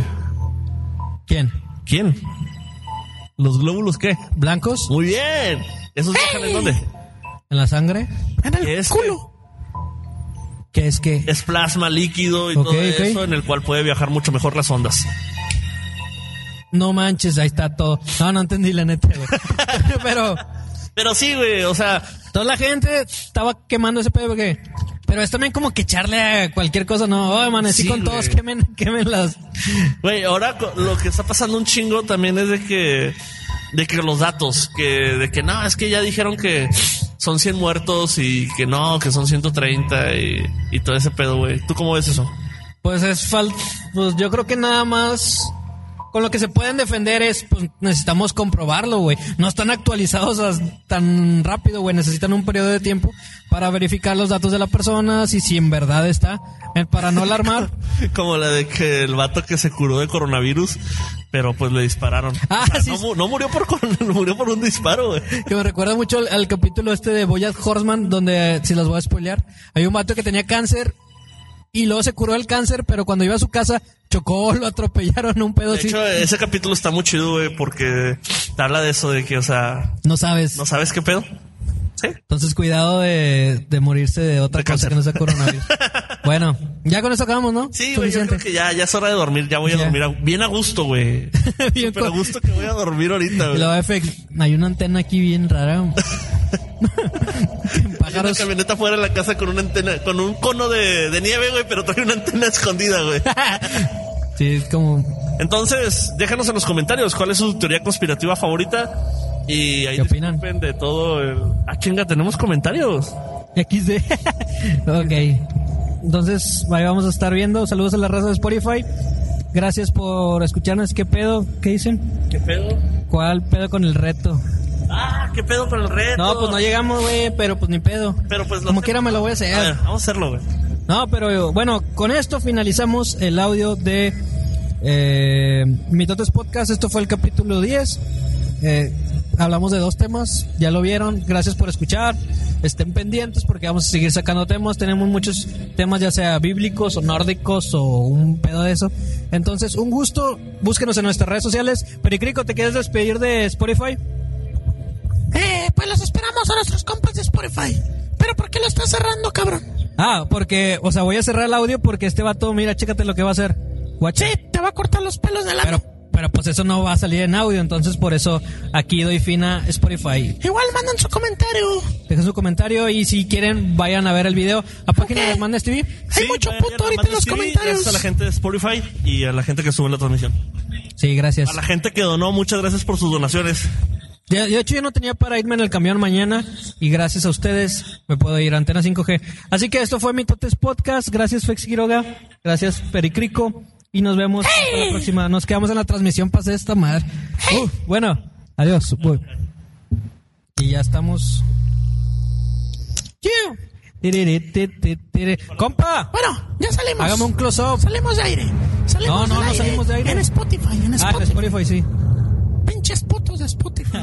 S4: ¿Quién?
S5: ¿Quién? ¿Los glóbulos qué?
S4: ¿Blancos?
S5: Muy bien. ¿Esos viajan en dónde?
S4: ¿En la sangre?
S3: En el
S5: Este.
S3: culo.
S4: ¿Qué es que?
S5: Es plasma líquido y
S4: Ok,
S5: todo
S4: ok.
S5: eso en el cual puede viajar mucho mejor las ondas.
S4: No manches, ahí está todo. No, no entendí la neta, güey. Pero...
S5: Pero sí, güey, o sea,
S4: Toda la gente estaba quemando ese pedo porque... Pero es también como que echarle a cualquier cosa, ¿no? Oh, amanecí
S5: Sí,
S4: con
S5: güey.
S4: todos, quemen, quemen las...
S5: Güey, ahora co- lo que está pasando un chingo también es de que de que los datos, que de que no, es que ya dijeron que son 100 muertos y que no, que son 130 y, y todo ese pedo, güey. ¿Tú cómo ves eso?
S4: Pues es falta... Pues yo creo que nada más... Con lo que se pueden defender es, pues necesitamos comprobarlo, güey. No están actualizados as- tan rápido, güey. Necesitan un periodo de tiempo para verificar los datos de la persona, si, si en verdad está, eh, para no alarmar.
S5: Como la de que el vato que se curó de coronavirus, pero pues le dispararon.
S4: Ah,
S5: O sea,
S4: sí.
S5: no, mu- no murió por coron- murió por un disparo, güey.
S4: Que me recuerda mucho al, al capítulo este de Boyat Horseman, donde, eh, si los voy a spoilear, hay un vato que tenía cáncer y luego se curó el cáncer, pero cuando iba a su casa chocó, lo atropellaron, un pedo
S5: De
S4: así.
S5: hecho, ese capítulo está muy chido, güey, porque te habla de eso de que, o sea,
S4: No sabes.
S5: no sabes qué pedo. Sí.
S4: Entonces, cuidado de, de morirse de otra
S5: De
S4: cosa
S5: cáncer.
S4: que no sea coronavirus. bueno, ya con eso acabamos, ¿no?
S5: Sí, güey, yo creo que ya, ya es hora de dormir. Ya voy a
S4: Ya.
S5: dormir a- bien a gusto, güey.
S4: Bien
S5: Pero a
S4: con-
S5: gusto que voy a dormir ahorita,
S4: Y
S5: güey.
S4: luego, F, hay una antena aquí bien rara.
S5: Hay una
S4: Pájaros.
S5: camioneta fuera de la casa con una antena, con un cono de, de nieve, güey, pero trae una antena escondida, güey.
S4: Sí, es como.
S5: Entonces, déjanos en los comentarios cuál es su teoría conspirativa favorita. Y ahí
S4: ¿Qué opinan?
S5: disculpen de todo el... Ah, chinga, tenemos comentarios.
S4: XD. ok. Entonces, ahí vamos a estar viendo. Saludos a la raza de Spotify. Gracias por escucharnos. ¿Qué pedo? ¿Qué dicen?
S5: ¿Qué pedo?
S4: ¿Cuál pedo con el reto?
S5: Ah, ¿qué pedo con el reto?
S4: No, pues no llegamos, güey, pero pues ni pedo.
S5: Pero pues lo
S4: Como
S5: hacemos.
S4: quiera me lo voy a hacer.
S5: A ver, vamos a hacerlo, güey.
S4: No, pero bueno, con esto finalizamos el audio de eh, Mitotes Podcast. Esto fue el capítulo 10. Eh, hablamos de dos temas, ya lo vieron. Gracias por escuchar. Estén pendientes porque vamos a seguir sacando temas. Tenemos muchos temas, ya sea bíblicos o nórdicos o un pedo de eso. Entonces, un gusto. Búsquenos en nuestras redes sociales. Pericrico, ¿te quieres despedir de Spotify?
S3: Eh, pues los esperamos a nuestros compas de Spotify. Pero ¿por qué lo estás cerrando, cabrón?
S4: Ah, porque, o sea, voy a cerrar el audio porque este vato, mira, chécate lo que va a hacer. Guacha.
S3: Sí, te va a cortar los pelos de la...
S4: Pero, pero pues eso no va a salir en audio, entonces por eso aquí doy fin a Spotify.
S3: Igual mandan su comentario.
S4: Dejen su comentario y si quieren vayan a ver el video a página de Hernández TV.
S3: Hay mucho
S5: vayan
S3: puto
S5: a
S3: ahorita en
S5: Hernández
S3: los
S5: TV,
S3: comentarios.
S5: Gracias a la gente de Spotify y a la gente que sube la transmisión.
S4: Sí, gracias.
S5: A la gente que donó, muchas gracias por sus donaciones.
S4: Yo, yo, de hecho yo no tenía para irme en el camión mañana y gracias a ustedes me puedo ir a Antena 5G. Así que esto fue Mitotes Podcast. Gracias Fex Quiroga. Gracias Pericrico. Y nos vemos para la próxima. Nos quedamos en la transmisión. Pasé esta madre. Uh, bueno, adiós. Voy. Y ya estamos. Chiu. Tiriri, ti, ti, tiri. ¡Compa!
S3: Bueno, ya salimos.
S4: Hágame un close-up.
S3: Salimos de aire. Salimos
S4: No, no,
S3: del
S4: no salimos de aire.
S3: En Spotify, en
S4: Ah,
S3: Spotify.
S4: Spotify, sí.
S3: Pinches putos de Spotify.